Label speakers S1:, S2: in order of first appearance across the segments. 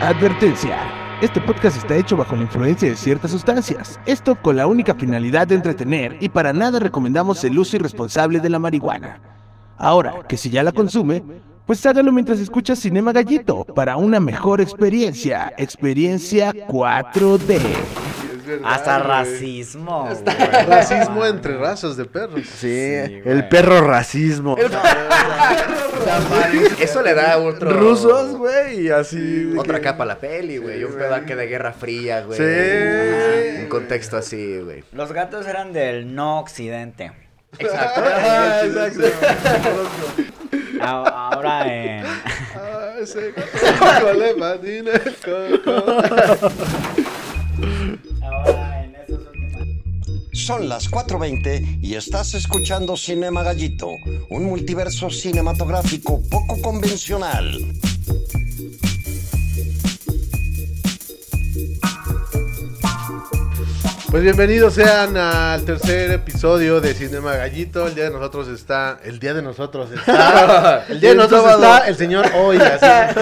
S1: Advertencia. Este podcast está hecho bajo la influencia de ciertas sustancias, esto con la única finalidad de entretener y para nada recomendamos el uso irresponsable de la marihuana. Ahora, que si ya la consume, pues hágalo mientras escucha Cinema Gallito para una mejor experiencia, experiencia 4D.
S2: Es verdad,
S3: Hasta
S2: güey.
S3: racismo. güey.
S2: Racismo entre razas de perros.
S4: Sí, el
S3: güey.
S4: perro racismo.
S5: Eso le da otro.
S4: Rusos, güey, y así. de
S5: Otra
S4: que-
S5: capa a la peli, güey. Un pedaque de Guerra Fría, güey.
S4: Sí.
S5: Ajá, Un contexto así, güey.
S3: Los gatos eran del no occidente.
S4: Ah, exacto.
S3: A- Ahora en.
S2: Ah, ese gato le patina el coco.
S3: Ahora en esos últimos.
S6: Son las 4.20 y estás escuchando Cinema Gallito, un multiverso cinematográfico poco convencional.
S2: Pues bienvenidos sean al tercer episodio de Cinema Gallito. El día de nosotros está. El día de nosotros está. El día de
S4: El
S2: nosotros
S4: sábado.
S2: está el señor hoy. así.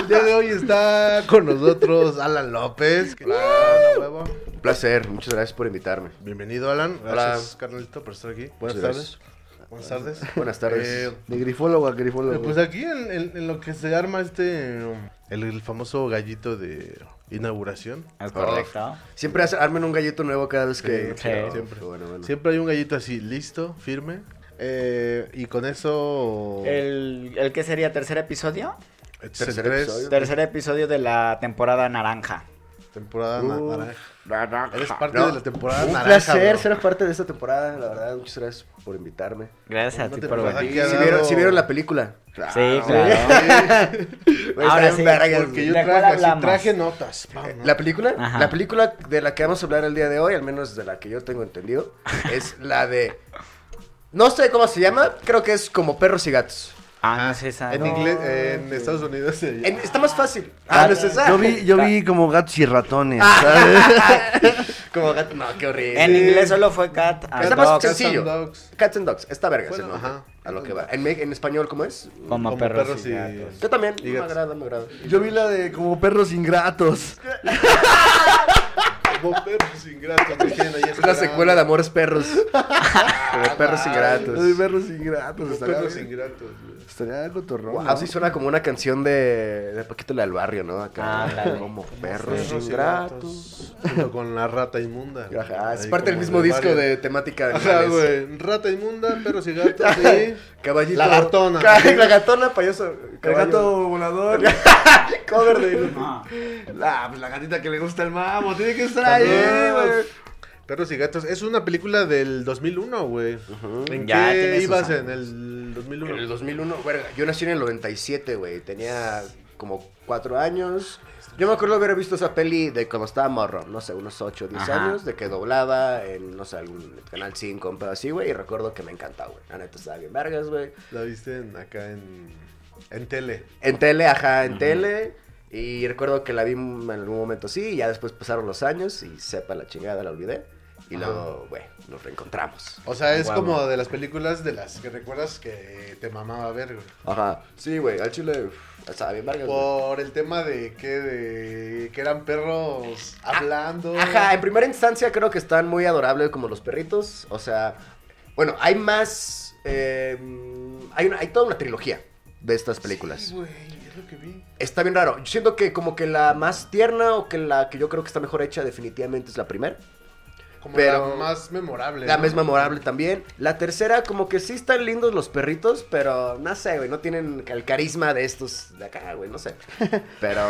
S2: El día de hoy está con nosotros Alan López. que- Ah, huevo.
S5: Un placer. Muchas gracias por invitarme.
S2: Bienvenido, Alan.
S5: Hola.
S2: Gracias, carnalito, por estar aquí. Buenas
S5: Muchas
S2: tardes.
S5: gracias.
S2: Buenas tardes.
S5: Buenas tardes.
S2: Eh,
S4: De grifólogo a
S2: Eh,
S4: grifólogo.
S2: Pues aquí en, en- en lo que se arma este. um, El, el famoso gallito de inauguración.
S3: Es correcto.
S5: Siempre hace- armen un gallito nuevo cada vez que.
S3: Sí, sí.
S5: Siempre. Bueno, bueno.
S2: Siempre hay un gallito así, listo, firme. eh, y con eso.
S3: ¿El, el qué sería? ¿Tercer episodio?
S2: este es el
S5: tercer
S2: tres,
S5: episodio.
S3: Tercer episodio de la temporada naranja.
S2: Temporada na- naranja. Eres parte
S5: No.
S2: de la temporada
S5: Un
S2: Ah, naranja.
S5: placer
S2: bro.
S5: ser parte de esta temporada, la verdad. Muchas gracias por invitarme.
S3: Gracias a ti por
S2: temporada
S3: venir.
S2: que ha
S5: Si
S2: dado-
S5: vieron, si vieron la película.
S3: Sí, claro.
S5: Güey,
S3: Ahora
S5: está bien
S3: sí,
S5: vergas,
S2: Porque yo
S3: ¿De cuál
S2: traje, así,
S3: hablamos?
S2: traje notas.
S5: Eh,
S2: vamos.
S5: La película,
S3: Ajá.
S5: la película de la que vamos a hablar el día de hoy, al menos de la que yo tengo entendido, es la de no sé cómo se llama, creo que es como perros y gatos.
S3: Ah, no es esa.
S2: en
S3: no.
S2: inglés, en Estados Unidos se llama-
S5: En- está más fácil. Ah, no es esa.
S4: eh, Yo vi, yo vi como gatos y ratones.
S5: como gato. No, qué horrible.
S3: En inglés solo fue Cat and
S5: Está más
S3: Dogs,
S2: Cats and
S5: sencillo.
S2: Dogs.
S5: Cats and Dogs, está verga
S2: Bueno,
S5: ese nombre,
S2: ajá.
S5: A lo que va. En, me- en español, ¿cómo es?
S3: como,
S2: como
S3: perros,
S2: perros
S3: y
S2: y-
S3: gatos.
S5: Yo también.
S2: Y
S5: Me
S2: gatos.
S5: agrada, me agrada.
S4: Yo vi la de como perros ingratos.
S2: Como perros ingratos. me tienen ahí
S5: Es la
S2: esperando.
S5: secuela de Amores Perros. Pero perros ingratos.
S4: La de perros ingratos.
S2: Como
S4: Estaría,
S2: perros
S4: bien-
S2: ingratos. güey.
S4: estaría cotorrón.
S5: Wow,
S4: ¿no?
S5: sí suena como una canción de, de Paquito la del Barrio, ¿no? Acá,
S4: Ah,
S3: Ándale.
S5: como perros
S2: Perros
S5: ingratos.
S2: ingratos. Junto con la rata inmunda. güey.
S5: Ajá, es
S2: Ahí
S5: parte del
S2: como
S5: mismo
S2: de
S5: disco
S2: varios.
S5: de temática de
S2: Ajá,
S5: animales.
S2: güey. Rata inmunda, perros y gatos y...
S5: Caballito.
S2: Lagartona.
S5: Ca- Lagartona, payaso.
S4: El
S5: caballo.
S4: gato volador.
S5: Cover de.
S3: Ah,
S4: La, pues, la gatita que le gusta el mamo. Tiene que estar ahí,
S2: También,
S4: güey.
S2: Perros y gatos. Es una película del 2001, güey. ¿En
S3: Ya tiene
S2: qué
S3: sus
S2: ibas
S3: años.
S2: en el
S5: En el
S2: 2001?
S5: 2001, verga, yo nací en el 97, güey. Tenía como 4 años. Yo me acuerdo haber visto esa peli de cuando estaba morro, no sé, unos 8 o 10
S3: Ajá.
S5: años, de que doblaba en, no sé, algún canal 5, un pedo así, güey. Y recuerdo que me encantaba, güey. La neta estaba bien vergas, güey.
S2: La viste en- acá en... En tele.
S5: En tele, ajá, en tele. Y recuerdo que la vi en algún momento así, y ya después pasaron los años y sepa la chingada, la olvidé. Y luego, güey, nos reencontramos.
S2: O sea, es
S3: Guau,
S2: como de las películas de las que recuerdas que te mamaba ver, güey.
S5: Ajá. Sí, güey, al chile uf, estaba bien vergas, güey.
S2: Por el tema de que, de que eran perros hablando.
S5: Ah, Ajá, en primera instancia creo que están muy adorables como los perritos. O sea, bueno, hay más... eh, hay, una- hay toda una trilogía de estas películas.
S2: Sí, güey, es lo que vi.
S5: Está bien raro. Yo siento que como que la más tierna o que la que yo creo que está mejor hecha definitivamente es la primera.
S2: Como
S5: Pero-
S2: la más memorable.
S5: La
S2: ¿no?
S5: más memorable también. La tercera, como que sí están lindos los perritos, pero no sé, güey. No tienen el carisma de estos de acá, güey. No sé. Pero.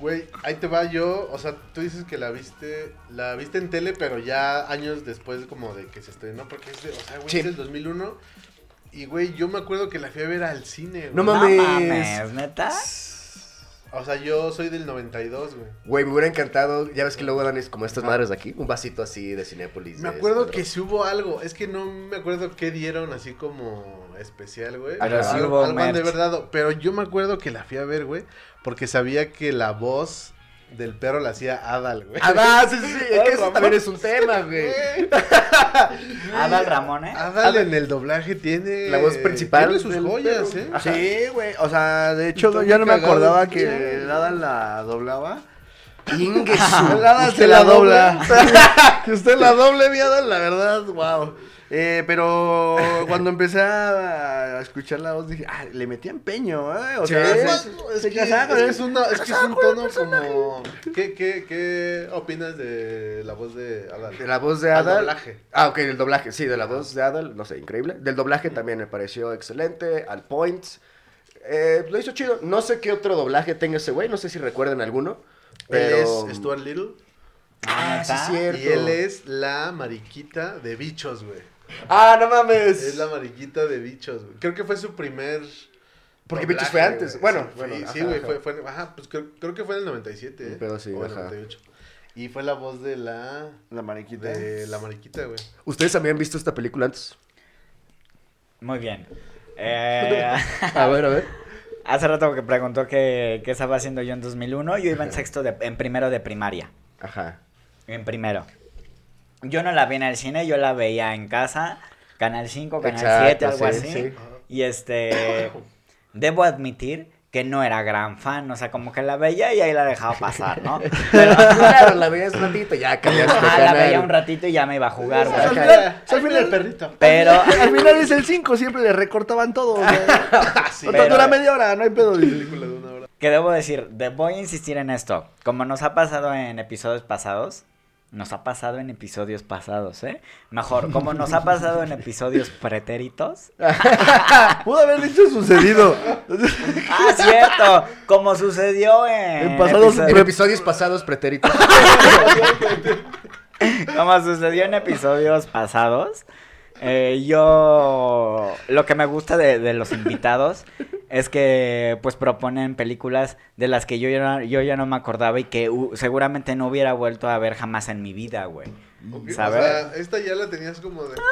S2: Güey, ahí te va yo. O sea, tú dices que la viste. La viste en tele, pero ya años después, como de que se estrenó. Porque es de. O sea, güey,
S5: Sí.
S2: es del 2001. Y, güey, yo me acuerdo que la fui a ver al cine, güey.
S5: No
S3: No
S5: mames.
S3: mames, neta.
S2: O sea, yo soy del 92, güey.
S5: Güey, me hubiera encantado. Ya ves que luego dan es- como estas madres de aquí. Un vasito así de Cinépolis.
S2: Ah. Me
S5: de
S2: acuerdo
S5: este,
S2: que
S5: ¿no?
S2: si hubo algo. Es que no me acuerdo qué dieron así como especial, güey.
S5: Ah,
S3: Ajá,
S2: Pero sí,
S3: algo
S2: algo han de
S3: merch.
S2: verdad. Pero yo me acuerdo que la fui a ver, güey. Porque sabía que la voz del perro la hacía Adal, güey.
S4: Ah,
S5: Adal, sí, sí, sí, es que eso
S2: Ah, Ramón.
S5: también es un tema, güey.
S3: Adal Ramón, ¿eh?
S2: Adal, en el doblaje tiene.
S5: La voz principal
S2: Tiene sus
S5: del
S2: joyas,
S5: perro.
S2: ¿eh?
S5: Ajá.
S4: Sí, güey. O sea, de hecho,
S2: Está
S4: no- yo no
S2: muy
S4: me
S2: cagado.
S4: acordaba que
S2: Sí.
S4: Lada la doblaba.
S5: Ingue su-
S4: Lada se la dobla. que usted la doble, mi Adal, la verdad, wow. Eh, pero cuando empecé a, a escuchar la voz dije, ah, le metí empeño, ¿eh? O
S5: Sí,
S4: sea,
S5: sí,
S4: se-
S5: sí.
S2: Es
S4: se
S2: que,
S4: casaba con
S2: es que
S4: él.
S2: es una- es que es un tono como. ¿Qué, qué, ¿Qué opinas de la voz de Adal?
S5: De la voz de
S2: Al
S5: Adal.
S2: doblaje.
S5: Ah, ok, del doblaje, sí, de la voz de Adal, no sé, increíble. Del doblaje también me pareció excelente, al point. Eh, lo hizo chido. No sé qué otro doblaje tenga ese güey, no sé si recuerden alguno. Pero...
S2: Él es Stuart Little
S5: Ah, sí, es cierto.
S2: y él es la mariquita de bichos, güey.
S5: Ah, no mames.
S2: Es la mariquita de bichos, güey. Creo que fue su primer.
S5: Porque
S2: doblaje,
S5: Bichos fue antes.
S2: güey.
S5: Bueno,
S2: Sí, fue-
S5: bueno,
S2: sí,
S5: ajá,
S2: güey.
S5: ajá.
S2: Fue, fue- ajá, pues creo, creo que fue en el 97, ¿eh?
S5: Pero sí,
S2: o en el
S5: ajá.
S2: 98. Y fue la voz de la.
S4: La mariquita.
S2: de la mariquita, güey.
S5: ¿Ustedes habían visto esta película antes?
S3: Muy bien. Eh,
S5: A ver, a ver.
S3: hace rato que preguntó qué, qué estaba haciendo yo en 2001. Yo iba en sexto, de, en primero de primaria.
S5: Ajá.
S3: En primero. Yo no la vi en el cine, yo la veía en casa, Canal 5, Canal
S5: Exacto,
S3: 7, algo
S5: sí,
S3: así.
S5: sí.
S3: Y este, debo admitir que no era gran fan, o sea, como que la veía y ahí la dejaba pasar, ¿no? Pero
S5: pues, claro, la veías un ratito, ya cambiaste de
S3: ajá, la
S5: canal.
S3: veía un ratito y ya me iba a
S5: Ah,
S3: jugar,
S4: Al
S3: güey.
S4: final- al
S2: mira
S4: final-
S2: el perrito.
S3: Pero,
S4: Al final es el 5, siempre le recortaban todo. O sea,
S2: Sí,
S4: ahorita
S3: pero-
S4: dura media hora, no hay pedo.
S2: película de una hora.
S3: que debo decir, de- voy a insistir en esto, como nos ha pasado en episodios pasados, nos ha pasado en episodios pasados, ¿eh? Mejor, como nos ha pasado en episodios pretéritos,
S4: Pudo haber dicho sucedido.
S3: Ah, cierto. Como sucedió en.
S4: En pasados
S5: Eh, En
S3: episodio-
S5: episodios pasados, pretéritos.
S3: Como sucedió en episodios pasados. eh, yo. Lo que me gusta de, de los invitados es que, pues, proponen películas de las que yo ya, no- yo ya no me acordaba y que u- seguramente no hubiera vuelto a ver jamás en mi vida, güey.
S2: Ok,
S3: ¿Sabes?
S2: O sea, esta ya la tenías como de.
S3: Yo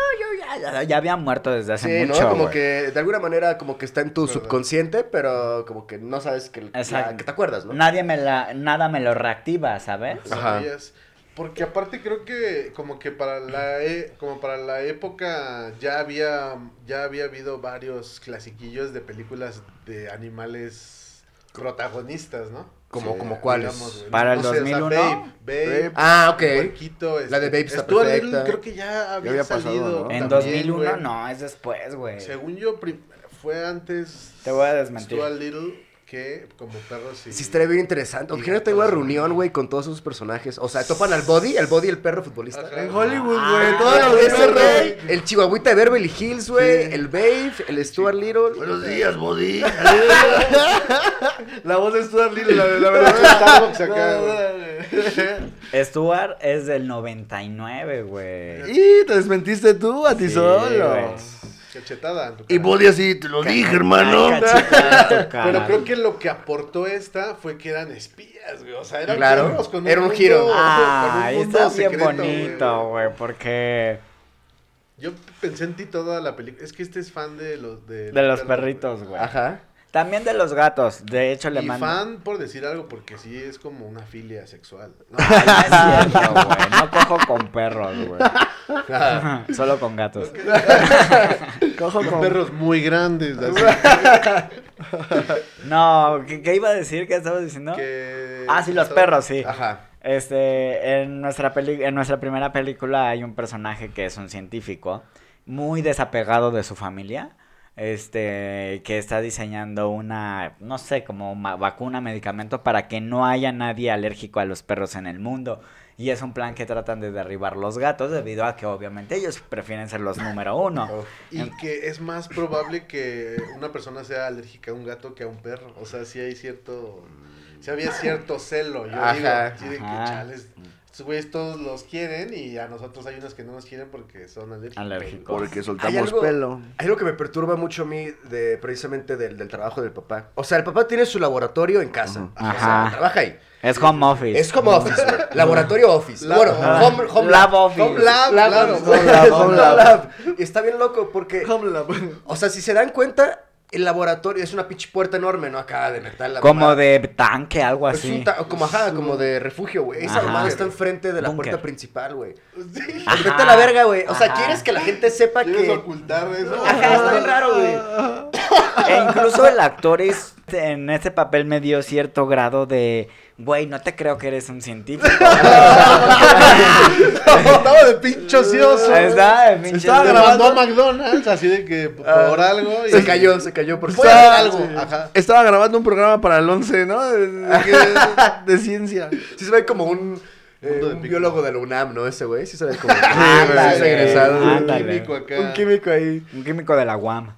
S3: ya, ya- ya había muerto desde hace
S5: Sí,
S3: mucho.
S5: ¿no? Como
S3: güey.
S5: que de alguna manera como que está en tu
S2: Verdad.
S5: subconsciente, pero como que no sabes que, la-
S3: Exacto.
S5: que te acuerdas, ¿no?
S3: Nadie me la. Nada me lo reactiva, ¿sabes?
S5: Ajá.
S2: sabías. Porque aparte creo que como que para la e- como para la época ya había ya había habido varios clasiquillos de películas de animales protagonistas, ¿no?
S5: Como- como cuáles.
S2: güey.
S3: Para el
S2: o sea,
S3: 2001.
S2: Babe, Babe,
S5: Ah, ok.
S2: Puerquito, este,
S5: La de Babe está
S2: Stuart Little
S5: perfecta.
S2: creo que ya había,
S4: había pasado,
S2: salido.
S4: ¿no?
S2: también,
S3: En 2001,
S2: güey.
S3: no, es después, güey.
S2: Según yo prim- fue antes
S3: Te voy a desmentir.
S2: Stuart Little que como perros y
S5: Sí, estaría bien interesante.
S2: Y
S5: Imagínate una
S2: gatos.
S5: reunión, güey, con todos esos personajes. O sea, topan al Body, el Body, el perro futbolista.
S2: Ajá.
S4: En Hollywood, güey.
S3: Ah,
S4: Todos los
S5: Ese
S4: días, güey.
S5: rey, el chihuahuita de Beverly Hills, güey, el Babe, el Stuart Little.
S4: Buenos días, Body. la voz de Stuart Little, la, la verdad.
S2: Starbucks acá,
S3: Stuart es del 99, güey.
S4: y te desmentiste tú a ti
S3: Sí,
S4: solo.
S3: güey.
S2: cachetada en tu
S4: Y
S2: cara.
S4: Body así, te lo dije, hermano.
S3: Ay, cachita de tu cara.
S2: Pero creo que lo que aportó esta fue que eran espías, güey. O sea, eran
S5: Claro,
S2: perros con
S5: era un
S2: mundo-
S5: giro.
S2: con un
S3: Ah,
S2: mundo
S3: está bien
S2: secreto,
S3: bonito, güey, porque...
S2: Yo pensé en ti toda la película. Es que este es fan de los de,
S3: De los perritos, güey.
S5: Ajá.
S3: También de los gatos, de hecho le
S2: Y
S3: mando...
S2: fan por decir algo, porque sí es como una filia sexual. ¿no?
S3: Ay, no es cierto, güey. No cojo con perros, güey. Solo con gatos.
S4: Cojo
S2: Son
S4: con-
S2: perros muy grandes. así
S3: No, ¿qué, qué iba a decir? ¿Qué estabas diciendo?
S2: que-
S3: Ah, sí, los perros, sí.
S5: Ajá.
S3: Este, en nuestra peli en nuestra primera película hay un personaje que es un científico muy desapegado de su familia, este, que está diseñando una, no sé, como ma- vacuna, medicamento para que no haya nadie alérgico a los perros en el mundo. Y es un plan que tratan de derribar los gatos debido a que obviamente ellos prefieren ser los número uno.
S2: Oh. Y que es más probable que una persona sea alérgica a un gato que a un perro. O sea, sí hay cierto. Sí había cierto celo, yo
S5: Ajá.
S2: digo. Así de que
S3: Ajá.
S2: chales. Estos güeyes todos los quieren y a nosotros hay unos que no nos quieren porque son alérgicos.
S3: Alérgicos.
S4: Porque
S5: Hay
S4: soltamos
S5: algo,
S4: pelo.
S5: hay algo que me perturba mucho a mí de, precisamente del, del trabajo del papá. O sea, el papá tiene su laboratorio en casa. O sea,
S3: Ajá.
S5: trabaja ahí.
S3: Es home office.
S5: Es como office, güey. Laboratorio office.
S2: Lab.
S5: bueno,
S3: Ah,
S5: home, home
S3: lab office.
S5: Home lab,
S2: Lab,
S5: claro.
S2: home
S4: lab, home
S5: Home
S4: lab.
S5: lab. Y Está bien loco porque,
S4: Home lab.
S5: o sea, si se dan cuenta, el laboratorio es una pinche puerta enorme, ¿no? Acá de metal. la
S3: Como
S5: mamada.
S3: de tanque, algo
S5: Es un
S3: así.
S5: ta- como, ajá, como de refugio, güey. Esa
S3: Ajá.
S5: mamada está enfrente de la
S3: Búnker.
S5: puerta principal, güey.
S2: Sí.
S3: Ajá.
S5: Vete a la verga, güey. O sea,
S3: Ajá.
S5: ¿quieres que la gente sepa
S2: ¿Quieres
S5: que...?
S2: ocultar eso?
S5: Ajá, está bien raro, güey.
S3: E incluso el actor es, en este papel me dio cierto grado de, güey, no te creo que eres un científico.
S2: Estaba de pinche ocioso. güey.
S3: Está de pinche
S2: Estaba
S3: ocioso.
S2: grabando a McDonald's, así de que por
S4: Ah,
S2: algo. y-
S5: Se cayó, se cayó por
S2: Voy a hacer algo. Ajá.
S4: Estaba grabando un programa para el 11, ¿no? De, de- de ciencia.
S5: Sí se ve como un, eh,
S2: Mundo de
S5: un
S2: Pico.
S5: biólogo de la UNAM, ¿no? Ese güey. Sí se ve como...
S4: Ah,
S5: Sí, es
S4: ándale,
S5: egresado.
S2: Un
S3: ándale.
S2: químico acá.
S4: Un químico ahí.
S3: Un químico de la UAM.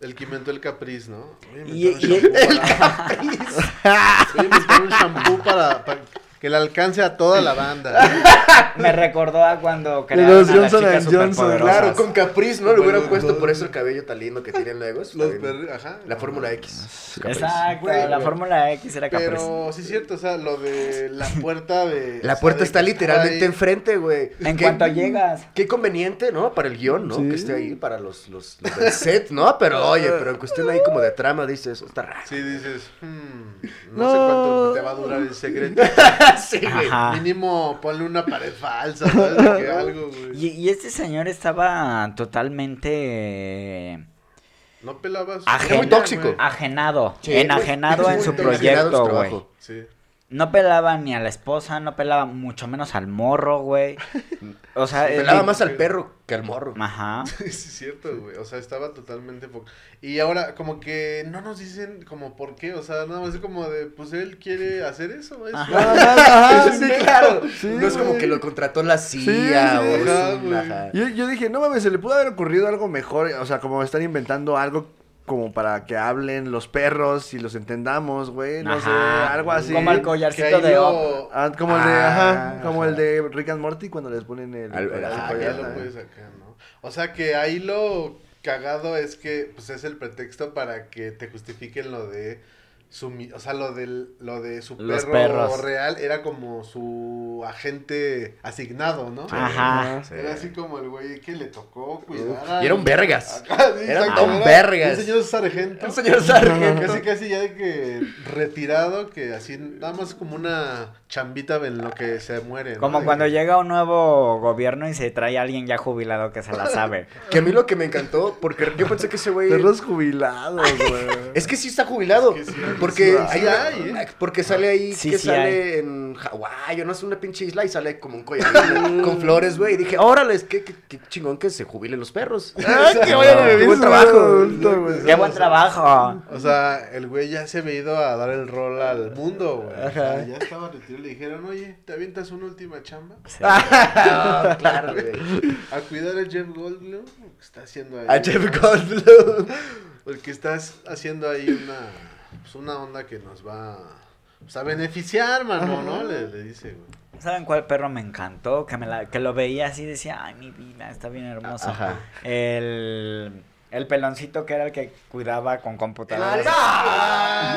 S2: El que inventó el capriz, ¿no? Voy a
S3: Y-
S2: inventar un
S3: y-
S2: shampoo para- Voy a inventar un shampoo para, para que le alcance a toda la banda.
S3: Me recordó a cuando
S4: los
S3: crearon a las
S4: Johnson and
S3: chicas
S4: Johnson,
S3: superpoderosas.
S5: Claro, con Capriz, ¿no? Le
S2: Bueno,
S5: hubieran puesto
S2: los-
S5: por eso el cabello tan lindo que tienen luego. está
S2: Los
S5: bien.
S2: perri- Ajá.
S5: La Fórmula
S3: Ah,
S5: X.
S3: Exacto,
S2: Güey,
S3: la
S2: güey.
S3: Fórmula X era Capriz.
S2: Pero sí es cierto, o sea, lo de la puerta de... o
S5: La
S2: sea,
S5: puerta
S2: de
S5: está
S2: que
S5: literalmente
S2: estaba
S5: enfrente, güey.
S3: En
S5: Qué-
S3: cuanto llegas.
S5: Qué conveniente, ¿no? Para el guión, ¿no?
S4: Sí.
S5: Que esté ahí para los, los, los del set, ¿no? Pero oye, pero en cuestión ahí como de trama, dices, está
S2: ahí.
S5: raro.
S2: Sí, dices, hmm, no,
S4: No.
S2: sé cuánto te va a durar el secreto.
S5: sí, güey.
S3: Ajá.
S2: Mínimo ponle una pared falsa, ¿sabes? Que algo, güey.
S3: Y, y este señor estaba totalmente
S2: No pelabas.
S3: Ajena.
S5: Muy tóxico.
S3: ajenado,
S5: Sí, güey.
S3: enajenado en
S5: Muy
S3: su
S5: tóxico. Enajenado en su
S3: proyecto,
S5: trabajo.
S3: güey.
S2: Sí.
S3: No pelaba ni a la esposa, no pelaba mucho menos al morro, güey. O sea, eh,
S5: Pelaba
S3: li-
S5: más al perro que al morro.
S3: Ajá.
S2: Sí, es cierto, güey. O sea, estaba totalmente enfo- Y ahora, como que no nos dicen como por qué. O sea, nada más es como de, pues él quiere hacer eso, güey.
S4: Nada más, ajá,
S5: sí, claro.
S4: Sí,
S5: no es como
S4: güey.
S5: que lo contrató la CIA
S4: sí,
S5: o es
S2: ajá,
S5: un-
S2: güey.
S5: ajá.
S4: Yo, yo dije, no mames, se le pudo haber ocurrido algo mejor. O sea, como están inventando algo como para que hablen los perros y los entendamos, güey. No sé,
S3: Ajá.
S4: algo así.
S3: Como el
S2: Que ahí
S3: collarcito de Op.
S2: lo-
S4: Ah, como el de, ajá,
S5: Ah,
S4: como
S5: ajá.
S4: el de Rick and Morty cuando les ponen el...
S5: Al-
S4: el-
S5: ah,
S2: Ah,
S4: el-
S2: ya
S5: ya,
S2: lo
S5: ya.
S2: puedes sacar, ¿no? O sea, que ahí lo cagado es que, pues, es el pretexto para que te justifiquen lo de su... mi- O sea, lo, del, lo de su
S3: Los
S2: perro
S3: perros.
S2: real era como su agente asignado, ¿no?
S3: Ajá.
S5: Sí.
S2: Era así como el güey que le tocó cuidar.
S5: Y era un
S2: verga
S5: vergas. Era
S2: Era
S5: un vergas.
S2: Un señor sargento.
S5: Un señor sargento.
S2: Casi, casi ya de que retirado, que así, nada más como una chambita en lo que se muere. ¿no?
S3: Como
S2: De
S3: cuando
S2: que-
S3: llega un nuevo gobierno y se trae a alguien ya jubilado que se la sabe.
S5: Que a mí lo que me encantó, porque yo pensé que ese güey...
S4: Perros jubilados, güey.
S5: Es que sí está jubilado.
S2: Es que sí,
S5: porque,
S2: sí,
S5: hay
S2: sí
S5: una-
S2: hay, ¿eh?
S5: porque sale ahí,
S3: Sí,
S5: que
S3: sí
S5: sale en Hawái o no sé, una pinche isla y sale como un collarín con flores, güey. Y dije, órale, es que, que- que chingón que se jubilen los perros.
S2: "Ah,
S4: qué
S5: bueno,
S4: Qué buen
S5: buen
S4: trabajo.
S5: trabajo.
S4: adulto,
S2: Pues,
S4: güey.
S3: ¡Qué buen trabajo!
S2: O sea, el güey ya se había ido a dar el rol al mundo, güey. O sea, ya estaba retirado. Le dijeron, oye, ¿te avientas una última chamba?
S3: Sí.
S5: Ah, claro, güey.
S2: A cuidar a Jeff Goldblum. ¿Qué está haciendo ahí?
S5: A Jeff Goldblum.
S2: Porque estás haciendo ahí una, pues, una onda que nos va pues, a beneficiar, mano, ¿no? Le, le dice, güey.
S3: ¿Saben cuál perro me encantó? Que, me la- que lo veía así y decía, ay, mi vida, está bien hermoso.
S5: Ajá.
S3: El, el peloncito que era el que cuidaba con computadoras.
S5: Ah,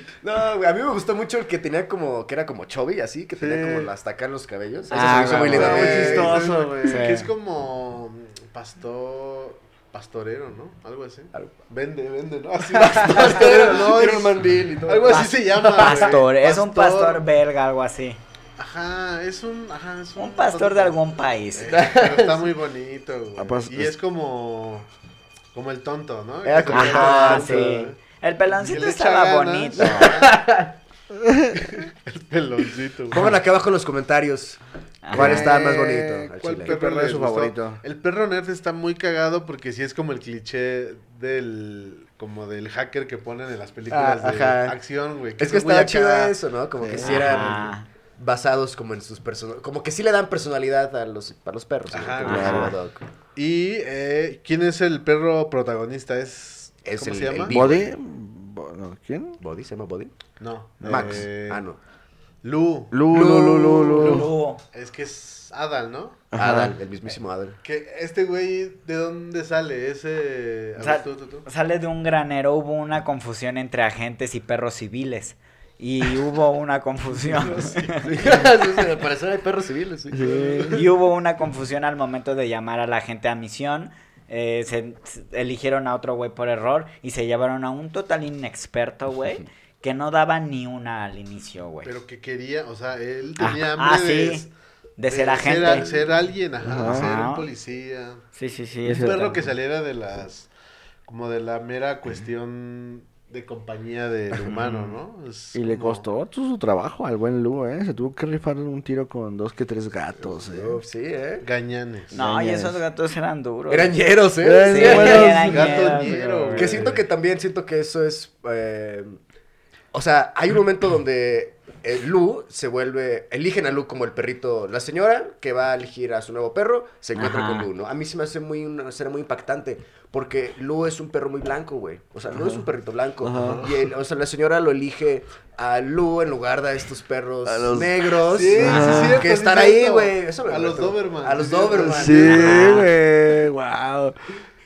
S5: No, güey, a mí me gustó mucho el que tenía como, que era como chubby, así, que tenía
S4: Sí.
S5: como hasta acá en los cabellos. Eso
S3: Ah,
S5: se me hizo muy
S3: güey.
S5: lindo.
S4: Muy
S5: güey.
S4: chistoso, güey.
S3: Sí.
S2: Que es como mm, pastor, pastorero, ¿no? Algo así.
S5: Algo.
S2: Vende, vende, ¿no? Así,
S5: Pastorero,
S2: pastorero, ¿no? Es-
S5: Iron Man Bill y todo.
S2: algo así se llama. güey.
S3: Pastor, es un pastor belga, algo así.
S2: Ajá, es un. Ajá, es
S3: Un pastor de algún país.
S2: Eh, pero está muy bonito, güey.
S4: Ah, pues,
S2: y
S4: es-
S2: es como. Como el tonto, ¿no?
S5: Era como-
S3: Ajá,
S5: Ah,
S3: sí. El
S2: Que
S3: peloncito
S2: le echa
S3: estaba
S2: ganas.
S3: bonito.
S2: El peloncito, güey.
S5: Pongan acá abajo en los comentarios.
S3: Ajá.
S5: ¿Cuál está más
S2: Eh,
S5: bonito? al
S2: ¿cuál
S5: chile?
S4: ¿Qué perro
S2: les
S4: es su
S2: gustó?
S4: favorito?
S2: El perro nerd está muy cagado porque sí es como el cliché del como del hacker que ponen en las películas
S5: Ah,
S2: de
S5: ajá.
S2: acción, güey.
S5: Es que
S2: es muy
S5: estaba chido
S2: acá.
S5: eso, ¿no? Como que
S3: Sí.
S5: sí eran
S3: Ajá.
S5: basados como en sus personas. Como que sí le dan personalidad a los, a los perros. ¿no?
S2: Ajá,
S5: Como
S3: ajá.
S5: Robo Dog.
S2: Y eh, ¿quién es el perro protagonista? Es
S5: Es
S2: ¿Cómo
S5: el-
S2: se llama?
S5: el Big.
S4: ¿Body? Bo- no, ¿Quién?
S5: ¿Body? ¿Se llama Body?
S2: no,
S5: Max.
S2: eh,
S5: Ah, no.
S2: Lu.
S4: Lu, Lu, Lu, Lu, Lu.
S3: Lu.
S2: Es que es Adal, ¿no?
S4: Ajá.
S5: Adal, el mismísimo Adal.
S2: Que este güey, ¿de dónde sale? Ese. a
S3: O sea,
S2: ver, tú, tú, tú.
S3: Sale de un granero, hubo una confusión entre agentes y perros civiles. Y hubo una confusión.
S5: Al parecer hay perros civiles. sí.
S3: Y hubo una confusión al momento de llamar a la gente a misión. eh, se, se- eligieron a otro güey por error y se llevaron a un total inexperto, güey, que no daba ni una al inicio, güey.
S2: Pero que quería, o sea, él
S3: Ah,
S2: tenía
S3: ah,
S2: hambre de,
S3: sí, de ser agente.
S2: al- pues, Ser, alguien, ajá,
S3: Ajá.
S2: ser un policía.
S3: Sí, sí, sí.
S2: Un
S3: eso
S2: perro que
S3: también.
S2: saliera de las, como de la mera cuestión de compañía del humano, ¿no? Es
S4: Y le
S2: como-
S4: costó su, su trabajo al buen Lu, ¿eh? Se tuvo que rifar un tiro con dos que tres gatos, ¿eh?
S5: Uf, sí, ¿eh?
S2: Gañanes.
S3: No, y esos gatos eran duros.
S5: Eran hieros, ¿eh?
S4: Eran
S3: Sí,
S5: Sí,
S4: buenos
S3: eran
S2: gatos
S3: ñeros,
S2: ñeros,
S3: güey.
S5: Que siento que también siento que eso es. eh, o sea, hay un momento donde eh, Lu se vuelve. Eligen a Lu como el perrito. La señora que va a elegir a su nuevo perro se encuentra
S3: Ajá.
S5: con Lu, ¿no? A mí se me hace muy, una escena muy impactante. Porque Lu es un perro muy blanco, güey. O sea, Lu es un perrito blanco. Y el- o sea, la señora lo elige a Lu en lugar de a estos perros
S4: A los-
S5: negros.
S2: Sí, sí,
S4: Ajá.
S2: cierto,
S5: que
S2: sí,
S5: están
S2: cierto.
S5: ahí, güey. Eso me
S2: A los
S5: mató.
S2: Doberman.
S5: A los
S2: cierto.
S5: Doberman.
S4: Sí, güey, wow.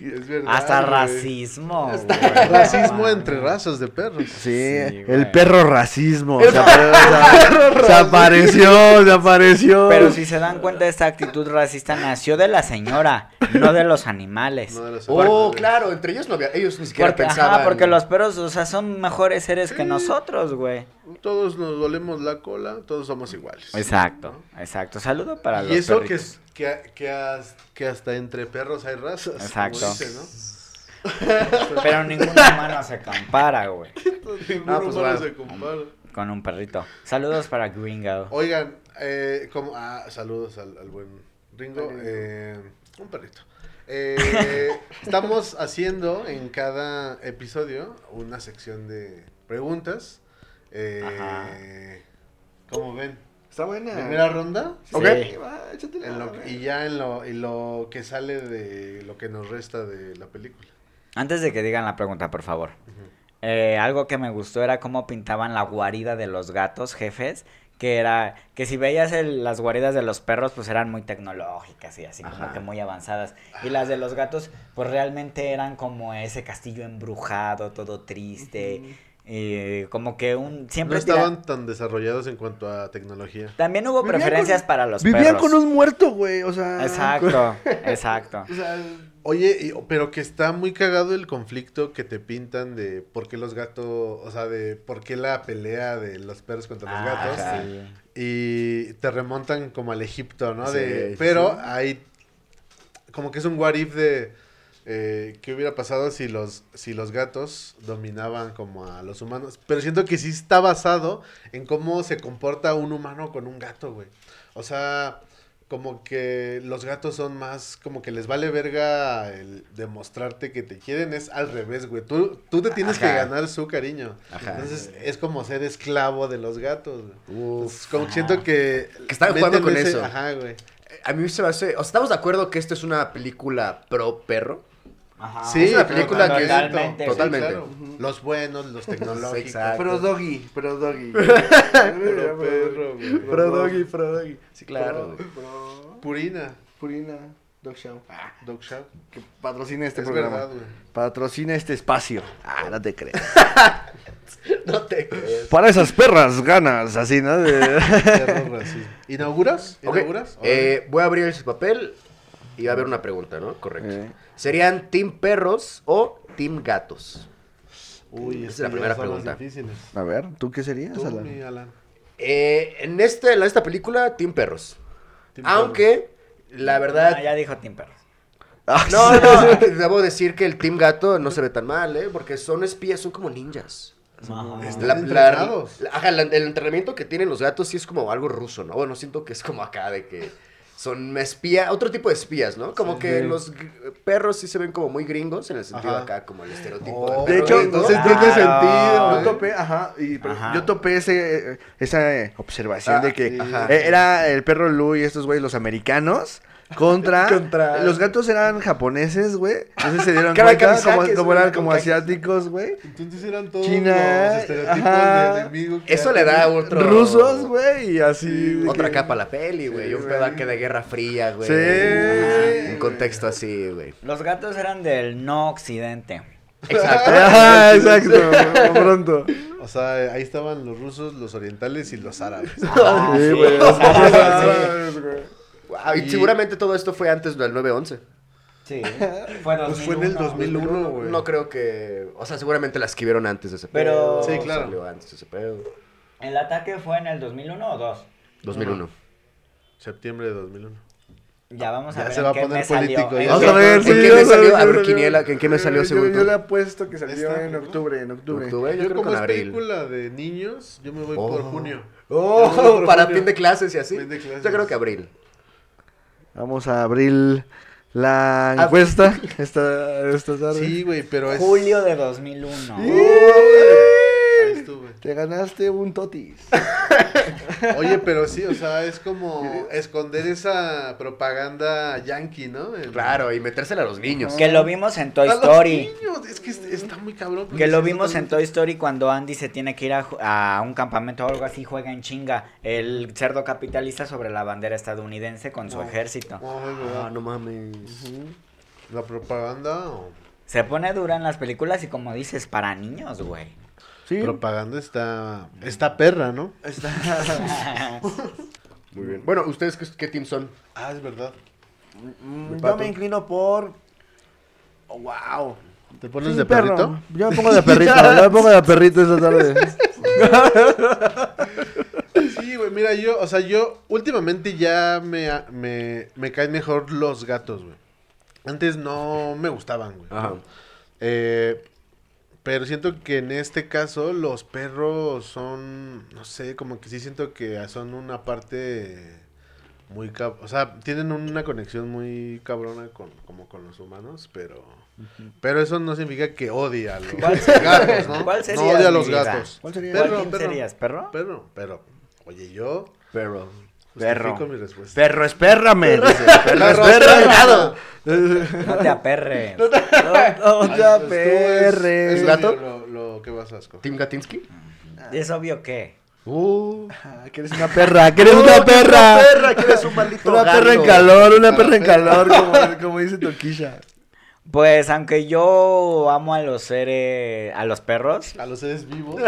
S2: Es verdad,
S3: Hasta
S2: güey.
S3: racismo. güey.
S2: Racismo
S3: Mames.
S2: entre razas de perros.
S4: Sí, el
S3: güey.
S4: perro racismo. se, apare- se- se apareció, se apareció.
S3: Pero si se dan cuenta, esta actitud racista nació de la señora, no de los animales.
S2: No de los
S5: Oh,
S2: animales.
S5: claro, entre ellos no había, ellos ni siquiera
S3: Porque,
S5: pensaban.
S3: ajá, porque los perros, o sea, son mejores seres que nosotros, güey.
S2: Todos nos dolemos la cola, todos somos iguales.
S3: Pues Exacto, exacto. Saludo para los
S2: Y eso que,
S3: perritos.
S2: es- que, a- que, as- que hasta entre perros hay razas. como
S3: Exacto.
S2: dice, ¿no?
S3: Pero ningún humano se compara, güey,
S2: Ningún
S5: Ah, pues,
S2: humano
S5: va.
S2: se compara.
S3: con un perrito. Saludos para Gringo.
S2: Oigan, eh, como, ah, saludos al, al buen Ringo. eh, un perrito. Eh, estamos haciendo en cada episodio una sección de preguntas. Eh,
S3: Ajá.
S2: ¿Cómo ven?
S5: Está buena.
S2: Primera ronda.
S5: Ok.
S3: Sí.
S5: Va, échatela,
S2: En lo
S5: va.
S2: que- y ya en lo, y lo que sale de lo que nos resta de la película.
S3: Antes de que digan la pregunta, por favor. Eh, algo que me gustó era cómo pintaban la guarida de los gatos jefes, que era que si veías el- las guaridas de los perros, pues eran muy tecnológicas y así como que muy avanzadas. Y las de los gatos, pues realmente eran como ese castillo embrujado, todo triste. y como que un
S2: No
S3: siempre tira-
S2: estaban tan desarrollados en cuanto a tecnología.
S3: También hubo
S4: Vivían
S3: preferencias
S4: con-
S3: para los
S4: Vivían
S3: perros.
S4: con un muerto, güey, o sea.
S3: Exacto, exacto.
S4: O sea,
S2: Oye, y- pero que está muy cagado el conflicto que te pintan de por qué los gatos, o sea, de por qué la pelea de los perros contra los
S3: Ah,
S2: gatos.
S3: sí.
S2: Y te remontan como al Egipto, ¿no?
S5: Sí,
S2: de,
S5: sí.
S2: pero hay como que es un what if de eh, qué hubiera pasado si los, si los gatos dominaban como a los humanos. Pero siento que sí está basado en cómo se comporta un humano con un gato, güey. O sea, como que los gatos son más, como que les vale verga el demostrarte que te quieren, es al revés, güey. Tú, tú te tienes que
S3: Ajá.
S2: ganar su cariño.
S5: Ajá.
S2: Entonces es como ser esclavo de los gatos, güey. Entonces, como que
S3: ajá.
S2: siento que...
S5: Que están jugando
S2: meten
S5: con
S2: ese-
S5: eso.
S2: Ajá, güey.
S5: Eh, A mí se me hace. O sea, estamos de acuerdo que esto es una película pro perro.
S3: Ajá.
S2: Sí,
S5: Ah. es una película que es-
S3: totalmente.
S2: Sí,
S5: totalmente.
S2: claro. Los buenos, los tecnológicos.
S5: Exacto.
S4: Pro doggy, pro doggy.
S2: Puro perro, güey.
S5: Pro doggy, pro doggy. Sí, claro.
S4: Pro, pro-
S2: Purina,
S4: Purina, Dog Show.
S2: Dog Show.
S4: Ah, Que patrocina este
S2: Es
S4: programa.
S2: verdad, güey.
S4: Patrocina este espacio. Ah, no te creas.
S5: No te crees.
S4: Para esas perras ganas, así, ¿no? De-
S2: Perro racismo. ¿Inauguras?
S5: Ok,
S2: ¿Inauguras?
S5: eh, voy a abrir el papel y va a haber una pregunta, ¿no? Correcto.
S4: Eh.
S5: ¿Serían Team Perros o Team Gatos?
S2: Uy,
S5: esa es
S2: que
S5: la
S2: ya
S5: primera
S2: son las
S5: pregunta.
S2: difíciles.
S4: A ver, ¿tú qué serías,
S2: Tú,
S4: Alan?
S2: mi Alan.
S5: Eh, en este, en esta película, Team Perros.
S2: Team
S5: Ah, Aunque, la verdad.
S3: No, Ah, ya dijo Tim Perros.
S4: Ah,
S5: No,
S4: sí.
S5: no, debo decir que el Team Gato no se ve tan mal, ¿eh? Porque son espías, son como ninjas.
S3: Ajá.
S2: Este-
S5: La, la-
S2: entrenados.
S5: la- ajá, la- el entrenamiento que tienen los gatos sí es como algo ruso, ¿no? Bueno, siento que es como acá de que son espía, otro tipo de espías, ¿no? Como que los gr- perros sí se ven como muy gringos en el sentido
S2: Ajá.
S5: acá, como el estereotipo.
S2: Oh,
S5: del
S4: De
S5: perro
S4: hecho,
S5: gringo.
S4: entonces tiene
S3: Claro.
S5: ¿eh?
S4: sentido. Ah, Yo topé, ajá, y, pero
S3: Ajá.
S4: Yo topé ese, eh, esa eh, observación
S5: Ah,
S4: de que
S5: ajá.
S4: eh, era el perro Lu y estos güeyes, los americanos, contra,
S5: Contra-
S4: Los gatos eran japoneses, güey. Entonces se dieron
S5: Que eran
S4: cuenta como,
S5: kamisaques,
S4: como
S5: güey,
S4: eran
S5: con
S4: como
S5: cacas.
S4: asiáticos, güey.
S2: Entonces eran todos
S4: China,
S2: los estereotipos
S4: ajá.
S2: de enemigo. que
S5: Eso
S2: hay.
S5: le da otro...
S4: Rusos, güey, y así. de
S5: Otra
S4: que-
S5: capa a la peli, güey. un
S4: güey.
S5: pedaque de Guerra Fría, güey.
S4: Sí.
S5: Ajá, Un contexto así, güey.
S3: Los gatos eran del no occidente.
S5: Exacto.
S4: Ajá, exacto, pronto.
S2: O sea, ahí estaban los rusos, los orientales y los árabes.
S4: Sí, güey,
S3: Ah, sí.
S4: los árabes, güey.
S5: Ah, Guau, y seguramente todo esto fue antes del 9-11.
S3: Sí. Fue,
S2: Pues fue en el 2001, güey.
S5: No creo que. O sea, seguramente la escribieron antes de ese
S3: Pero-
S5: pedo.
S3: Sí,
S2: claro.
S5: Salió antes de ese pedo.
S3: ¿El ataque fue en el 2001 o 2?
S5: 2001.
S2: Septiembre de 2001.
S3: Ya vamos a
S2: Ya
S3: ver
S2: se
S3: en
S2: va a
S3: qué
S2: poner
S3: me salió.
S2: político, ya.
S3: ¿En
S2: Vamos
S3: qué-
S2: a ver,
S5: ¿En
S2: sí,
S5: qué me
S2: vamos a
S5: salió?
S2: ver,
S5: A ver,
S2: salió.
S5: Quiniela, ¿en qué me salió
S4: Eh, yo,
S5: según
S4: yo
S5: tú?
S4: le apuesto que salió
S2: Esta,
S4: en
S2: ¿no?
S4: octubre, en octubre.
S5: Octubre, yo, este
S2: Yo,
S5: creo que
S2: como
S5: en
S2: es
S5: abril.
S2: película de niños, yo me voy por
S5: Oh.
S2: junio.
S5: Oh,
S2: Yo me voy por
S5: para
S2: junio.
S5: fin de clases y así.
S2: Fin de clases.
S5: Yo creo que abril.
S4: Vamos a abrir la encuesta esta, esta tarde.
S2: Sí, güey, pero es...
S3: Julio de 2001.
S2: Ahí estuve.
S4: Te ganaste un totis.
S2: Oye, pero sí, o sea, es como esconder esa propaganda yankee, ¿no? El-
S5: Claro, y metérsela a los niños.
S3: Que lo vimos en
S2: A
S3: Toy
S2: los
S3: Story.
S2: niños, Es que es- está muy cabrón. porque
S3: Que lo
S2: sí,
S3: vimos en
S2: totalmente.
S3: Toy Story cuando Andy se tiene que ir a, ju- a un campamento o algo así, juega en chinga. El cerdo capitalista sobre la bandera estadounidense con su ejército.
S2: Ay, güey,
S5: Ah, no mames.
S2: Oh, La propaganda o-
S3: Se pone dura en las películas y como dices, para niños, güey.
S4: Sí.
S2: Propaganda está... Está perra, ¿no?
S5: Muy bien. Bueno, ¿ustedes qué, qué team son?
S2: Ah, es verdad.
S4: Mm, yo
S5: pato.
S4: me inclino por. Wow.
S2: ¿Te pones
S4: Sí,
S2: de
S4: perro.
S2: perrito?
S4: Yo me pongo de perrito. yo me pongo de perrito esta tarde.
S2: Sí, güey, mira, yo, o sea, yo últimamente ya me, me, me caen mejor los gatos, güey. Antes no me gustaban, güey.
S4: Ah.
S5: Ajá.
S2: Eh, pero siento que en este caso los perros son, no sé, como que sí siento que son una parte muy... cab- O sea, tienen una conexión muy cabrona con, como con los humanos, pero... Pero eso no significa que odie a los
S3: ¿Cuál
S2: gatos, ¿no?
S3: cuál sería
S2: no odia a
S3: mi
S2: los
S3: vida?
S2: gatos.
S4: ¿Cuál sería?
S3: ¿Cuál
S2: Perro,
S3: team
S2: perro.
S3: serías, perro?
S2: Pero, pero, oye, yo
S5: Perro.
S2: justifico
S3: Perro.
S2: mi respuesta.
S4: Perro, espérrame. dice. Perro,
S2: Perro,
S4: espérrame.
S3: No te aperres.
S4: No, no, ya,
S2: Pues tú es-
S4: perre.
S2: es
S5: ¿Gato?
S2: Lo, lo que vas a asco.
S5: ¿Team Gatinsky?
S3: Es obvio que.
S4: Ah, Que eres una perra, que eres una perra.
S5: Una perra, que eres un maldito
S4: Una perra en
S5: gato.
S4: calor, una perra en
S2: perra.
S4: calor, como, como dice Toquilla.
S3: Pues aunque yo amo a los seres, a los perros,
S2: A los seres vivos.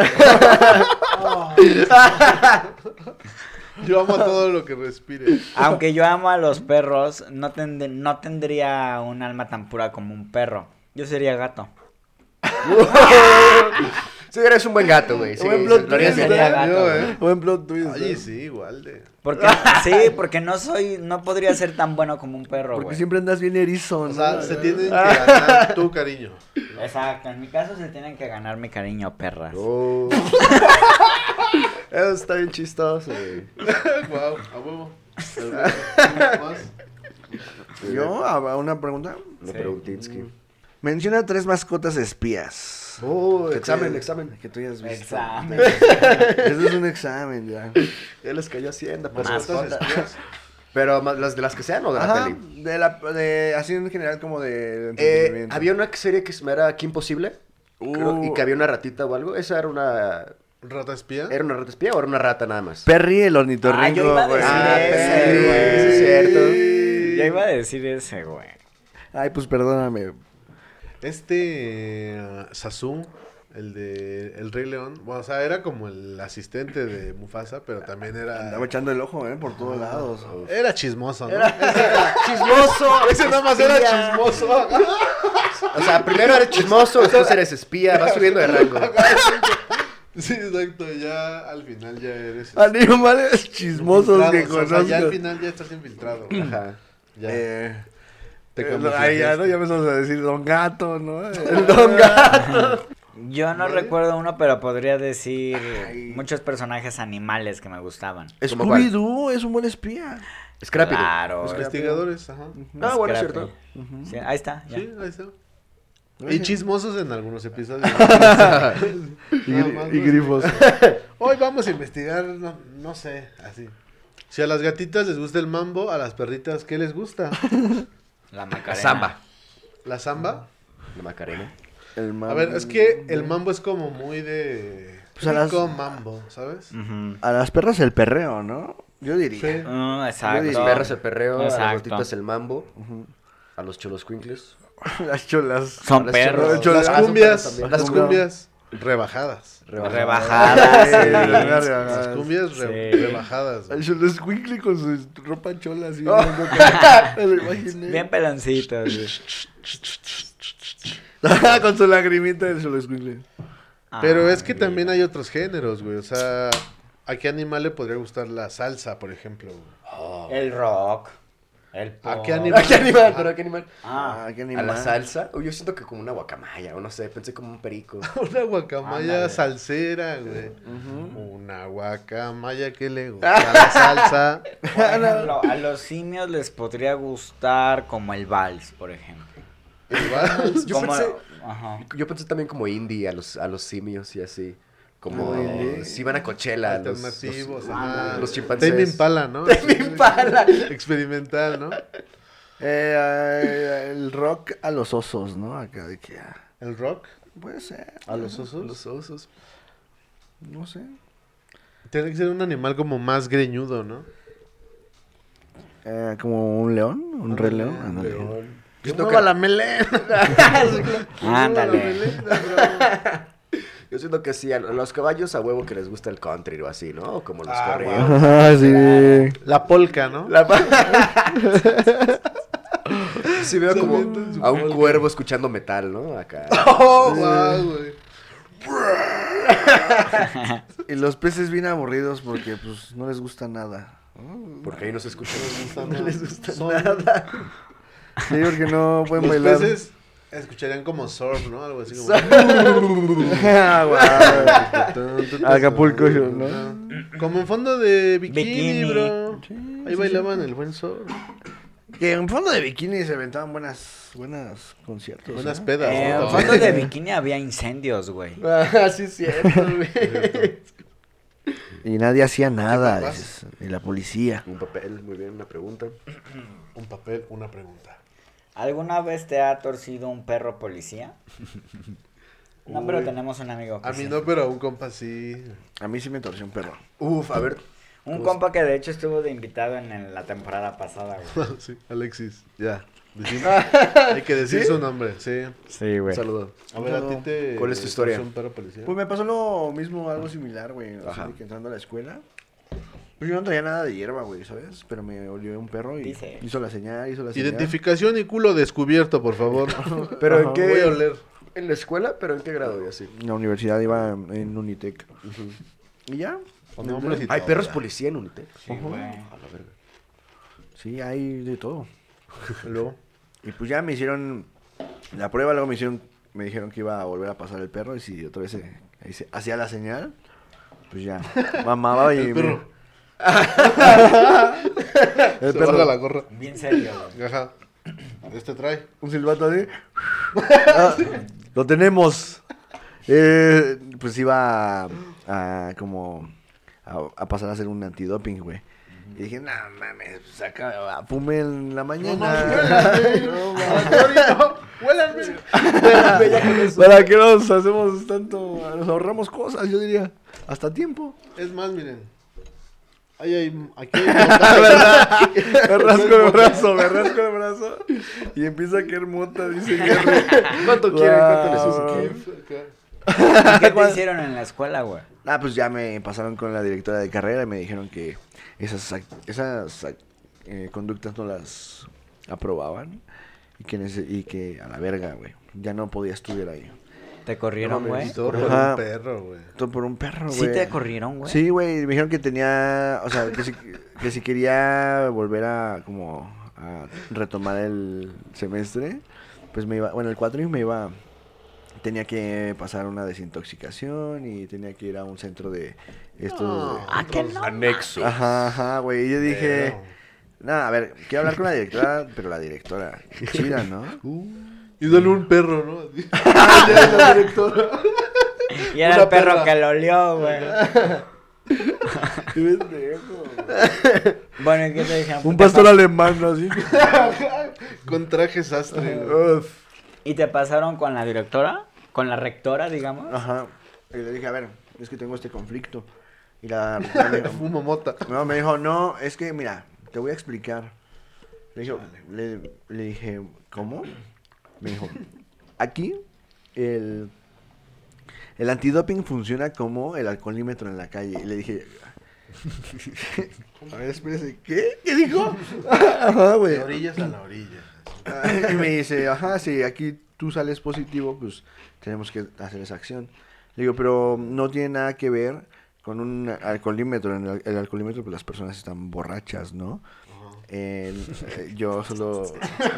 S2: Yo amo a todo lo que respire.
S3: aunque yo amo a los perros, no, tende- no tendría un alma tan pura como un perro. Yo sería gato.
S5: Sí, eres un buen gato, güey. Sí,
S4: Buen
S5: sí,
S4: plot
S5: lo harías
S3: twist,
S5: bien.
S3: Sería gato,
S2: Yo,
S3: güey.
S2: ¿eh?
S4: Buen plot twist.
S2: Oye,
S4: ¿no?
S2: sí, igual de.
S3: Porque, sí, porque no soy, no podría ser tan bueno como un perro,
S4: Porque
S3: güey.
S4: siempre andas bien erizo,
S2: O
S4: ¿no?
S2: sea, se tienen que ganar tu cariño.
S3: Exacto, en mi caso se tienen que ganar mi cariño, perras.
S5: Oh. Eso está bien chistoso, güey.
S2: Guau, a huevo. Más.
S4: Yo, a- a una pregunta. Mm.
S5: No
S3: Sí.
S5: preguntinsky.
S4: Menciona tres mascotas espías.
S5: Oh,
S4: Que tú
S5: examen,
S4: ya-
S5: examen.
S4: Que tú hayas visto.
S3: Examen.
S4: Eso es un examen, ya.
S5: Ya les cayó hacienda, pues.
S2: Mascotas espías.
S5: Pero ¿ma- las de las que sean o de la
S4: Ajá,
S5: peli.
S4: de la, de, así en general como de
S5: Eh,
S4: entretenimiento. Uh.
S5: había una serie que se llamaba Aquí Imposible. creo, y que había una ratita o algo. Esa era una.
S2: ¿Rata espía?
S5: ¿Era una rata espía o era una rata nada más?
S3: Ah,
S4: Perry el
S3: yo iba a
S4: ornitorrinco, güey.
S3: decir
S5: Ah,
S3: ese,
S5: Perry,
S3: güey.
S5: sí, es
S2: cierto.
S3: Yo iba a decir ese, güey.
S4: Ay, pues perdóname.
S2: Este. eh, Sasu, el de El Rey León. Bueno, o sea, era como el asistente de Mufasa, pero también era.
S4: Andaba echando el ojo, eh, por todos lados.
S5: Oh,
S2: Era chismoso, ¿no?
S5: ¡Chismoso!
S2: Ese nada más era chismoso.
S5: O sea, primero eres chismoso, después eres espía, vas subiendo de rango.
S2: Sí, exacto, ya al final ya eres.
S4: Animales Ah, chismosos que
S2: infiltrado, o sea,
S4: conozco.
S2: ya al final ya estás infiltrado.
S5: Ajá.
S2: Ya.
S4: Eh,
S2: Te este.
S4: eh,
S2: camuflajeaste.
S4: ay, ya, ¿no? ya empezamos a decir Don Gato, ¿no? El Don Gato.
S3: Yo no
S2: ¿Vale?
S3: recuerdo uno, pero podría decir
S4: Ay.
S3: muchos personajes animales que me gustaban.
S5: ¿Cómo cuál?
S4: Scooby-Doo es un buen espía.
S5: Scrappy.
S3: Claro. este,
S2: Los investigadores, ajá.
S5: Ah, bueno, es
S3: Scrappy.
S5: cierto.
S3: Sí, ahí está. ya.
S2: Sí, ahí está. Y chismosos en algunos episodios.
S4: Y,
S2: Nada
S4: gri-
S2: más,
S4: y
S2: ¿no?
S4: grifos.
S2: Hoy vamos a investigar, no, no sé, así. Si a las gatitas les gusta el mambo, a las perritas, ¿qué les gusta?
S3: La
S5: La
S3: Macarena.
S5: samba.
S2: ¿La samba?
S5: La Macarena.
S4: El
S2: A ver, es que el mambo es como muy de...
S4: Pues a las-
S2: rico mambo, ¿sabes?
S3: Ujú.
S4: A las perras el perreo, ¿no? Yo diría.
S2: Sí.
S3: Mm,
S5: A
S3: exacto.
S5: los perros el perreo, a las
S3: Exacto.
S5: gotitas el mambo, a los cholos cuincles.
S4: Las cholas.
S3: Son
S5: Las
S3: perros.
S5: cholas-
S2: Las
S5: Ah, son perros
S2: cumbias,
S5: también.
S2: las cumbias. Rebajadas.
S3: Rebajadas.
S4: Sí,
S3: sí.
S4: la primera
S2: Las
S4: rebajada.
S2: cumbias re-
S3: Sí.
S2: rebajadas. güey.
S4: Ay, yo, El Squinkly con su ropa chola así. andando acá. Me lo imaginé.
S3: Bien peloncitos. güey.
S4: con su lagrimita de Solo Squinkly. Ah,
S2: Pero es
S3: Ay,
S2: que también hay otros géneros, güey. O sea, ¿a qué animal le podría gustar la salsa, por ejemplo? güey?
S3: El rock. El
S2: ¿A
S3: pop.
S2: qué animal?
S5: ¿A qué animal? ¿Pero a qué animal?
S3: Ah,
S4: Ah, qué
S5: ¿A
S4: animal.
S5: la salsa? Uy, yo siento que como una guacamaya, o no sé, pensé como un perico.
S2: Una guacamaya
S3: Ándale.
S2: salsera, güey. Una guacamaya que le gusta la salsa.
S3: Por ejemplo, a los simios les podría gustar como el vals, por ejemplo.
S2: Igual.
S5: Yo
S3: Como-
S5: pensé,
S3: Ajá.
S5: yo pensé también como indie a los, a los simios y así. Como
S4: Ah,
S5: eh,
S4: ok.
S5: si van a Coachella. los-
S2: alternativos.
S5: los-
S2: ajá.
S5: los chimpancés.
S2: Tame Impala, ¿no?
S5: Tame Impala.
S2: Experimental, ¿no?
S4: Eh, ay, el rock a los osos, ¿no? Acá de que. ah,
S2: El rock.
S4: Puede ser.
S2: ¿A los osos?
S5: Los osos.
S4: No sé.
S2: Tiene que ser un animal como más greñudo, ¿no?
S4: Eh, como un león, un rey león. ándale.
S5: Yo
S2: Yo
S5: siento,
S2: mueva
S5: que,
S2: la melena.
S3: Ándale.
S5: yo siento que sí, a los caballos a huevo que les gusta el country o así, ¿no? O Como los
S2: Ah,
S5: corridos.
S2: guau.
S4: Ajá, sí.
S2: La polca, ¿no?
S5: La pa- Sí veo como a un cuervo escuchando metal, ¿no? Acá.
S2: Oh, guau, güey.
S4: Y los peces bien aburridos porque pues no les gusta nada. ¿no?
S5: Porque ahí no se escucha.
S2: No les gusta
S4: Sí, porque no pueden
S2: Los
S4: bailar.
S2: peces escucharían como surf, ¿no? Algo así como.
S4: Ah, guau. Acapulco, yo, ¿no?
S2: Como en fondo de bikini,
S3: Bikini.
S2: bro.
S4: Sí,
S2: Ahí
S4: sí,
S2: bailaban el buen surf.
S4: Que en fondo de bikini se aventaban buenas, buenas conciertos.
S2: Buenas
S4: ¿no?
S2: pedas.
S3: Eh,
S2: ¿no?
S3: en fondo de bikini había incendios, güey.
S5: Así es cierto, güey.
S4: Y nadie hacía nada,
S2: papás?
S4: dices, ni la policía.
S5: Un papel, muy bien, una pregunta.
S2: Un papel, una pregunta.
S3: ¿Alguna vez te ha torcido un perro policía? No, pero
S2: Uy.
S3: tenemos un amigo. que
S2: A mí
S3: sí.
S2: no, pero a un compa sí.
S4: A mí sí me torció un perro.
S5: Uf, a ver.
S3: Un compa que de hecho estuvo de invitado en el- la temporada pasada, güey.
S2: sí, Alexis. Ya. Decimos. Hay que decir su nombre, sí.
S3: Sí,
S5: Un
S3: güey.
S5: saludo.
S2: A ver, a ti te.
S5: ¿Cuál es tu historia?
S2: ¿te pasó un perro policía?
S4: Pues me pasó lo mismo, algo similar, güey. así
S5: Ajá.
S4: de que entrando a la escuela. Pues yo no traía nada de hierba, güey, ¿sabes? Pero me olió un perro y
S3: Dice.
S4: hizo la señal, hizo la señal.
S2: Identificación y culo descubierto, por favor.
S5: Pero
S4: Ajá.
S5: en qué.
S2: Voy a oler.
S5: En la escuela, pero en qué grado y así.
S4: En la universidad iba en, en Unitec. ¿Y ya?
S2: Con nombres y
S5: Hay
S2: todo,
S5: perros
S2: ya.
S5: policía en Unitec.
S3: Sí, güey.
S5: A la verga.
S4: Sí, hay de todo.
S2: Luego.
S4: Y pues ya me hicieron la prueba, luego me hicieron, me dijeron que iba a volver a pasar el perro y si otra vez se, ahí se- hacía la señal, pues ya, mamaba y...
S2: El
S4: me-
S2: perro.
S4: el
S2: Se
S4: perro.
S2: baja la gorra.
S3: Bien serio, güey.
S2: Ajá. Este trae.
S4: Un silbato así. Ah, lo tenemos. Eh, pues iba a, a como a, a pasar a hacer un antidoping, güey. Y dije, no mames, saca a Pumel en la mañana. No,
S2: ¡Huélanme!
S4: ¿Para qué nos hacemos tanto? Nos ahorramos cosas, yo diría. Hasta tiempo.
S2: Es más, miren. Ahí hay. Aquí hay. ¿Verdad?
S4: Me rasco el brazo, me rasco el brazo. Y empieza a caer mota, dice Jerry.
S5: ¿Cuánto quieren? ¿Cuánto les
S4: Wow.
S5: usan?
S3: ¿Y ¿Qué te hicieron en la escuela, güey?
S4: Ah, pues ya me pasaron con la directora de carrera y me dijeron que esas, ac- esas ac- eh, conductas no las aprobaban y que, nece- y que a la verga, güey. Ya no podía estudiar ahí.
S3: ¿Te corrieron, güey?
S2: Pues, Todo por
S4: Ajá.
S2: un perro, güey.
S4: Todo por un perro, güey.
S3: Sí te corrieron, güey.
S4: Sí, güey. Me dijeron que tenía, o sea, que si, que si quería volver a como a retomar el semestre, pues me iba, bueno, el cuatro me iba, tenía que pasar una desintoxicación y tenía que ir a un centro de estos... de-
S2: Ah, que no.
S5: Anexo.
S4: Ajá, ajá, güey. Y yo dije, nada, a ver, quiero hablar con la directora, pero la directora, chida, ¿no?
S2: uh, Y dale un perro, ¿no? Así.
S3: Y era
S2: Una
S3: el perro
S2: perra.
S3: que lo olió, güey. bueno, ¿y qué te dijeron?
S4: Un
S3: ¿Te
S4: pastor
S3: pas-
S4: alemán, ¿no? Así.
S2: Con traje sastre, güey.
S4: Uf.
S3: ¿Y te pasaron con la directora? ¿Con la rectora, digamos?
S4: Ajá. Y le dije, a ver, es que tengo este conflicto. Y la directora me dijo,
S2: Fumo mota.
S4: no, me dijo, no, es que, mira, te voy a explicar. Le, dijo- le, le dije, ¿cómo? Me dijo, aquí el, El antidoping funciona como el alcoholímetro en la calle. Y le dije, a ver, espérese, ¿qué? ¿Qué dijo? Ajá, güey.
S2: De orillas a la orilla. así.
S4: Y me dice, ajá, si aquí tú sales positivo, pues tenemos que hacer esa acción. Le digo, pero no tiene nada que ver con un alcoholímetro. En el, el alcoholímetro, pues las personas están borrachas, ¿no? El- eh, yo solo.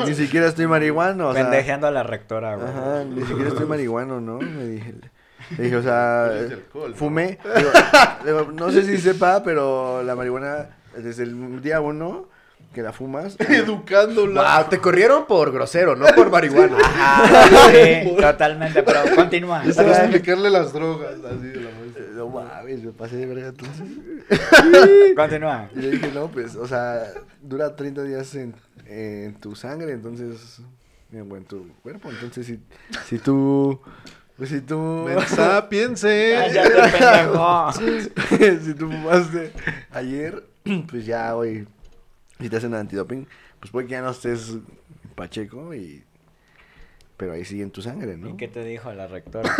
S4: ni siquiera estoy marihuano, o sea.
S3: Pendejeando a la rectora, güey.
S4: Ajá, ni siquiera estoy marihuano, ¿no? Me dije. Le dije, o sea,
S2: Hueles de alcohol, ¿no?
S4: fumé. Digo, digo, no sé si sepa, pero la marihuana, desde el día uno que la fumas,
S2: Educándola.
S5: Ah, te corrieron por grosero, no por marihuana.
S3: Ah, sí, totalmente, pero continúa.
S2: Yo sabes explicarle las drogas. Así de la maestra.
S4: No mames, me pasé de verga entonces.
S3: Continúa.
S4: Y le dije, no, pues, o sea, dura 30 días en, en tu sangre, entonces, en, bueno, en tu cuerpo. Entonces, si, si tú, pues, si tú,
S2: Pensá,
S3: Ay,
S2: piense.
S3: ya te pendejo.
S4: si tú fumaste ayer, pues ya hoy, si te hacen antidoping, pues puede que ya no estés pacheco y... Pero ahí sigue en tu sangre, ¿no?
S3: ¿Y qué te dijo la rectora?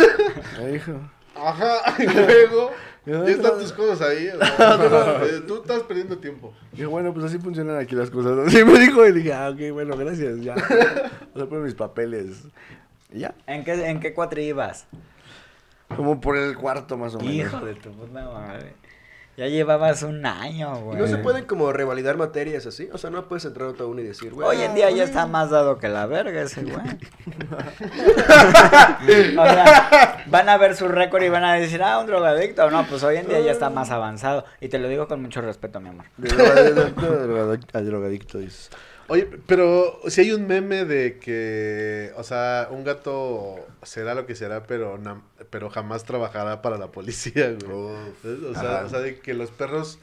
S4: Me dijo,
S2: Ajá, y luego.
S4: Yo
S2: Ya están
S4: no-
S2: tus cosas ahí. o sea, eh, Tú estás perdiendo tiempo.
S4: Dije, bueno, pues así funcionan aquí las cosas. ¿no? Así me dijo y dije, ah, ok, bueno, gracias, ya. O sea, por mis papeles. Y ya,
S3: ¿En qué, en qué cuatri ibas?
S4: como por el cuarto más o menos.
S3: Hijo de tu puta madre. Ya llevabas un año,
S5: ¿Y
S3: güey.
S5: no se pueden como revalidar materias así? O sea, no puedes entrar a otra uni y decir, güey.
S3: Hoy en
S5: ah,
S3: día
S5: güey.
S3: ya está más dado que la verga ese güey. o sea, van a ver su récord y van a decir, ah, un drogadicto. No, pues hoy en día ya está más avanzado. Y te lo digo con mucho respeto, mi amor.
S4: De drogadicto a drogadic- a drogadicto dices.
S2: Oye, pero si hay un meme de que, o sea, un gato será lo que será, pero nam- pero jamás trabajará para la policía, güey. ¿Sabes? O, sea,
S4: Ajá.
S2: o sea, de que los perros...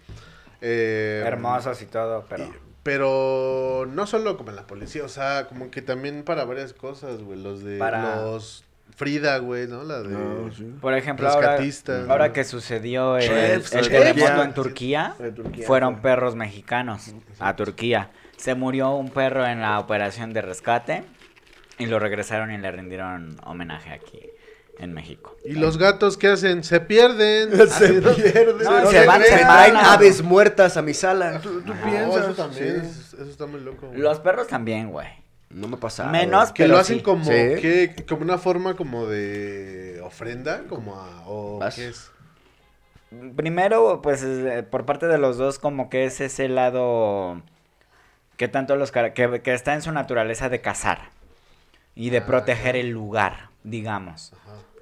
S2: eh,
S3: Hermosos y todo, pero.
S2: y- pero no solo como en la policía, o sea, como que también para varias cosas, güey. Los de
S3: Para-
S2: los Frida, güey, ¿no? La de...
S4: No, sí.
S3: Por ejemplo, ahora,
S2: Rescatistas,
S3: ahora
S2: ¿no?
S3: que sucedió el,
S4: Chefs,
S3: el
S4: chefs.
S3: terremoto
S4: Sí.
S3: en Turquía,
S4: De Turquía,
S3: fueron
S4: sí.
S3: perros mexicanos a Turquía. Se murió un perro en la operación de rescate y lo regresaron y le rindieron homenaje aquí en México.
S2: Y los gatos, ¿qué hacen? Se pierden. Así,
S5: Se
S2: ¿no?
S5: pierden.
S3: No,
S5: No
S3: se van, se
S5: traen
S3: van.
S5: aves muertas a mi sala.
S4: ¿Tú
S2: No,
S4: piensas?
S2: eso también,
S4: Sí.
S2: es- eso está muy loco. güey.
S3: Los perros también, güey.
S5: No me pasa.
S3: Menos-
S2: Que
S3: Pero
S2: lo hacen
S3: sí.
S2: como
S5: Sí.
S2: que, como una forma como de ofrenda, como a, o
S5: Vas.
S2: qué es.
S3: Primero, pues eh, por parte de los dos, como que es ese lado que tanto los cara- que, que está en su naturaleza de cazar y de proteger el lugar, digamos.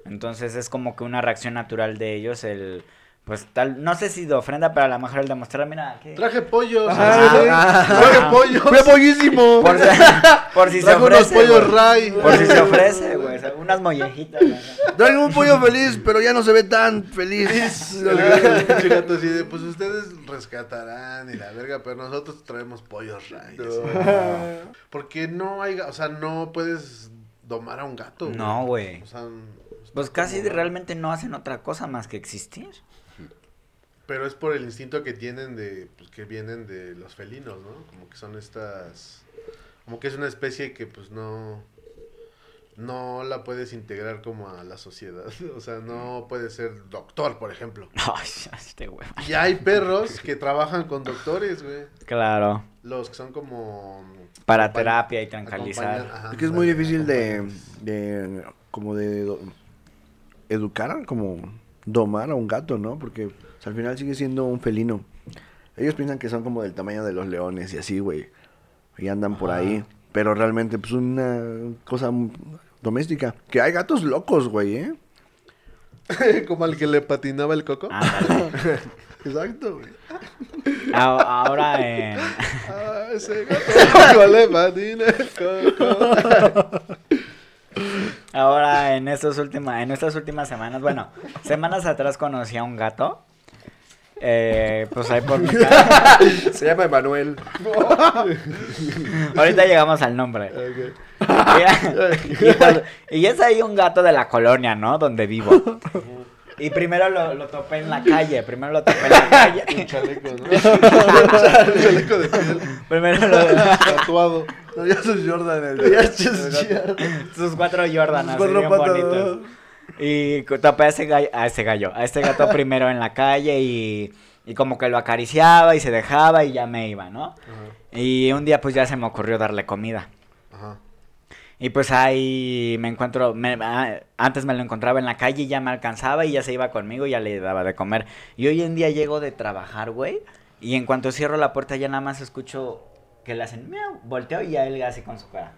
S3: Entonces es como que una reacción natural de ellos el pues tal no sé si de ofrenda para la mujer el demostrar, mira, aquí-
S2: Traje pollos.
S3: Ajá.
S2: ¿sabes?
S3: Ajá.
S2: Traje pollos.
S4: ¡Fue pollísimo!
S3: Pues, por si, por si se
S2: Traje unos
S3: ofrece.
S2: pollos
S3: güey.
S2: Ray.
S3: Por si se ofrece, güey, o sea, unas mollejitas. güey.
S4: Traigo un pollo feliz, pero ya no se ve tan feliz.
S2: El pinche gato así de, pues ustedes rescatarán y la verga, pero nosotros traemos pollos Ray. así. Porque no hay, ga- o sea, no puedes domar a un gato. güey.
S3: No, güey.
S2: O sea, está
S3: Pues casi
S2: como-
S3: realmente no hacen otra cosa más que existir.
S2: Pero es por el instinto que tienen de, pues, que vienen de los felinos, ¿no? Como que son estas, como que es una especie que pues no, no la puedes integrar como a la sociedad. O sea, no puedes ser doctor, por ejemplo.
S3: Ay, este güey.
S2: Y hay perros que trabajan con doctores, güey.
S3: Claro,
S2: Los que son como... mm,
S3: para
S2: acompañ-
S3: terapia y
S2: acompañan-
S3: tranquilizar.
S2: ajá,
S4: Es que es muy
S2: vale,
S4: difícil de,
S2: acompañan.
S4: de como de do- educar, como domar a un gato, ¿no? Porque o sea, al final sigue siendo un felino. Ellos piensan que son como del tamaño de los leones y así, güey. Y andan por ahí. Pero realmente, pues, una cosa m- doméstica. Que hay gatos locos, güey, ¿eh?
S2: como al que le patinaba el coco.
S3: Ándale.
S2: Exacto, güey.
S3: A- Ahora en...
S2: Ah, ese gato le patina el coco.
S3: Ahora en estos última- en estas últimas semanas, bueno, semanas atrás conocí a un gato. Eh, pues ahí por mi casa.
S5: Se llama Emanuel.
S3: Ahorita llegamos al nombre. Y, y pues- y es ahí un gato de la colonia, ¿no? Donde vivo. Y primero lo, lo topé en la calle. Primero lo topé en la calle.
S2: Chaleco, ¿no? Chaleco de piel.
S3: Primero lo,
S2: tatuado.
S4: No, ya soy Jordan. El,
S5: Ya es Jordan.
S3: sus cuatro Jordan,
S4: Sus
S3: así
S4: cuatro
S3: bien
S4: patas,
S3: bonitos.
S4: ¿no?
S3: Y tapé a ese gallo, a ese gallo, a este gato primero en la calle y, y como que lo acariciaba y se dejaba y ya me iba, ¿no?
S2: Ajá.
S3: Y un día pues ya se me ocurrió darle comida.
S2: Ajá.
S3: Y pues ahí me encuentro, me- a- antes me lo encontraba en la calle y ya me alcanzaba y ya se iba conmigo y ya le daba de comer. Y hoy en día llego de trabajar, güey, y en cuanto cierro la puerta ya nada más escucho que le hacen miau, volteo y ya él así con su cara.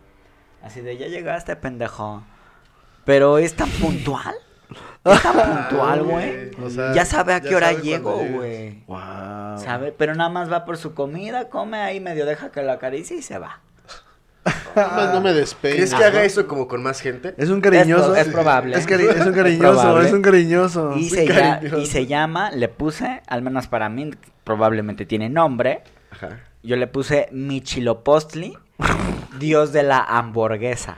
S3: Así de, ya llegaste, pendejo. Pero es tan puntual, es tan puntual, güey.
S2: O sea,
S3: ya sabe a
S2: ya
S3: qué hora
S2: sabe
S3: llego,
S2: cuando llegues.
S3: güey.
S4: Wow.
S3: ¿Sabe? Pero nada más va por su comida, come ahí, medio deja que lo acaricie y se va.
S2: Nada más no me despegue.
S5: ¿Crees que haga eso como con más gente?
S4: Es un cariñoso.
S3: Es, es probable.
S4: Es, cari- es un cariñoso,
S3: probable.
S4: es, un cariñoso.
S3: Y se, ya- y se llama, le puse, al menos para mí, probablemente tiene nombre.
S5: Ajá.
S3: Yo le puse Michilopostli, dios de la hamburguesa.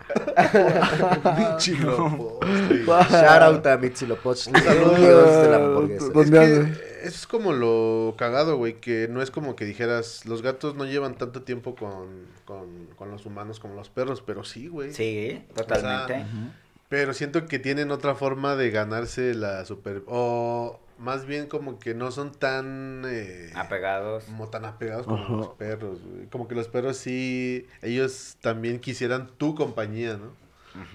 S5: Shout out a Mitzilopoch. Un
S4: saludo.
S5: Dios de la hamburguesa.
S4: Dos-
S2: Es
S4: ¿Dónde
S2: que
S4: hace?
S2: eso es como lo cagado, güey, que no es como que dijeras, los gatos no llevan tanto tiempo con, con, con los humanos como los perros, pero sí, güey.
S3: Sí, totalmente.
S2: O Pero siento que tienen otra forma de ganarse la super... O más bien como que no son tan... eh,
S3: Apegados.
S2: como tan apegados como
S4: Ajá.
S2: los perros, güey. Como que los perros sí, ellos también quisieran tu compañía, ¿no?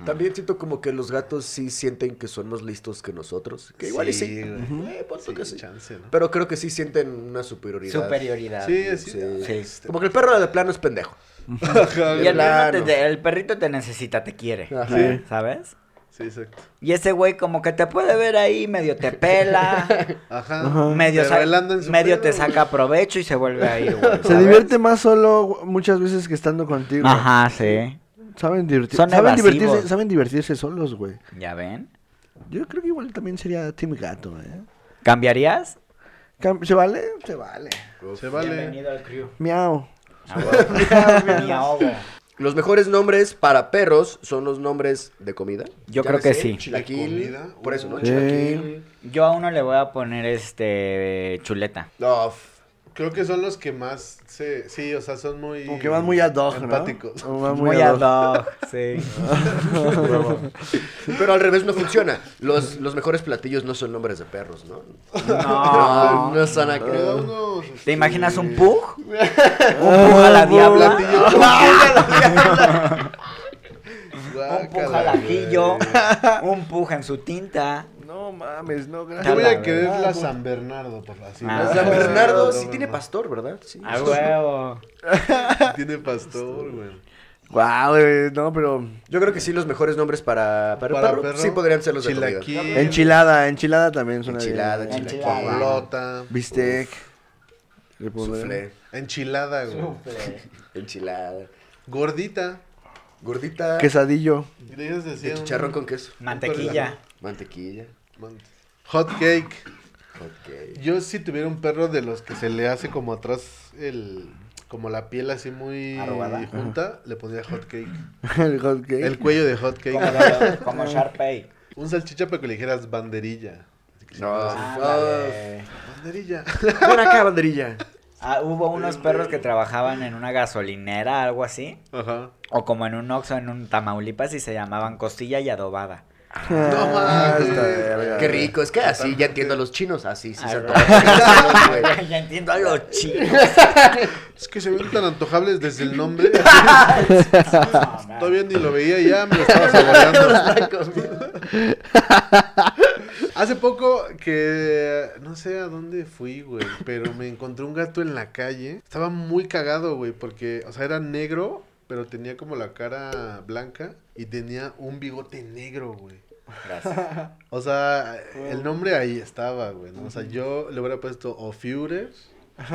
S5: También siento como que los gatos sí sienten que son más listos que nosotros. Que igual y sí.
S2: güey.
S5: Eh, pon tú que
S2: Sí,
S5: sí.
S2: chance, ¿no?
S5: Pero creo que sí sienten una superioridad.
S3: Superioridad.
S2: Sí, es- sí.
S5: Sí.
S3: Sí.
S5: Como que el perro de plano es pendejo.
S2: Ajá,
S3: Y
S2: güey.
S3: el, perro te-
S5: Claro.
S3: te- el perrito te necesita, te quiere.
S5: Ajá.
S3: Sí. ¿Sabes?
S2: Sí, exacto.
S3: Y ese güey como que te puede ver ahí, medio te pela,
S2: Ajá.
S3: medio,
S2: Pero
S3: sa-
S2: él anda en su
S3: medio
S2: pedo,
S3: te
S2: güey.
S3: saca provecho y se vuelve a ir, güey.
S4: Se
S3: ¿sabes?
S4: divierte más solo muchas veces que estando contigo.
S3: Ajá, sí.
S4: Saben, divertir-
S3: Son
S4: saben divertirse,
S3: evasivos.
S4: saben divertirse solos, güey.
S3: ¿Ya ven?
S4: Yo creo que igual también sería Team Gato, ¿eh?
S3: ¿Cambiarías?
S4: Cam- ¿Se vale? Se vale.
S2: Pues Se vale.
S3: al crew.
S4: Miau.
S3: Ah,
S5: Los mejores nombres para perros son los nombres de comida.
S3: Yo creo que sí.
S5: Chilaquil.
S2: Comida.
S5: Por eso, ¿no?
S4: Sí.
S5: Chilaquil.
S3: Yo a uno le voy a poner este chuleta.
S5: No, f-
S2: Creo que son los que más se... Sí, o sea, son muy...
S4: Como que van muy ad hoc, ¿no?
S2: empáticos.
S4: O van
S3: Muy ad hoc, sí.
S5: Pero al revés no funciona. Los, los mejores platillos no son nombres de perros, ¿no?
S3: No.
S5: Ah, No son acá.
S2: Cada uno...
S3: ¿Te imaginas un pug? ¿Un
S4: Ah,
S3: pug a la diabla?
S2: Platillo.
S3: ¿Un pug
S2: Guácala,
S3: jalaquillo?
S2: güey.
S3: ¿Un pug en su tinta?
S4: No mames, no,
S2: Yo voy
S4: gracias.
S2: a querer la San Bernardo, por así.
S3: Ah.
S5: Ah, San Bernardo sí tiene pastor, ¿verdad? Sí.
S3: ¡A huevo!
S2: Tiene pastor, güey.
S4: Guau, güey, no, pero...
S5: Yo creo que sí los mejores nombres para, para,
S2: Para
S5: perro,
S2: perro,
S5: sí podrían ser los de comida.
S2: chilaquil,
S4: Enchilada, enchilada también suena bien.
S5: Enchilada,
S3: Enchilada.
S5: chilaquil,
S2: Lota.
S4: Bistec. Le puedo ver.
S5: soufflé,
S2: Enchilada, güey.
S5: enchilada,
S2: Gordita.
S5: gordita,
S4: Quesadillo.
S2: Y de ellos
S5: de
S2: decían-
S5: chicharrón con queso,
S3: Mantequilla.
S5: mantequilla,
S2: Man- Hot cake.
S5: ok.
S2: Yo si tuviera un perro de los que se le hace como atrás el... Como la piel así muy
S3: Arrugada.
S2: junta, le pondría hot cake.
S4: El hot cake.
S2: El cuello de hot
S3: Como,
S2: cake.
S3: lo- como Sharpay.
S2: Un salchicha para que le dijeras banderilla. Así que se
S5: No.
S2: llama
S3: Ándale.
S2: así, Banderilla.
S5: Ven acá, banderilla.
S3: Ah, hubo unos perros que trabajaban en una gasolinera, algo así.
S2: Ajá.
S3: O como en un Oxxo, en un Tamaulipas y se llamaban costilla y adobada.
S2: No
S4: Ah,
S2: mames.
S4: esta verga,
S5: Qué
S4: güey.
S5: rico, es que así ya entiendo a los chinos, así sí se
S3: Ah,
S5: antoja. güey.
S3: Ya entiendo a los chinos.
S2: Es que se ven tan antojables desde el nombre. Todavía ni lo veía ya, me lo estaba saboreando. Hace poco que no sé a dónde fui, güey, pero me encontré un gato en la calle. Estaba muy cagado, güey, porque, o sea, era negro, pero tenía como la cara blanca y tenía un bigote negro, güey.
S3: Gracias.
S2: O sea, el nombre ahí estaba, güey. ¿no? O sea, yo le hubiera puesto o Führer o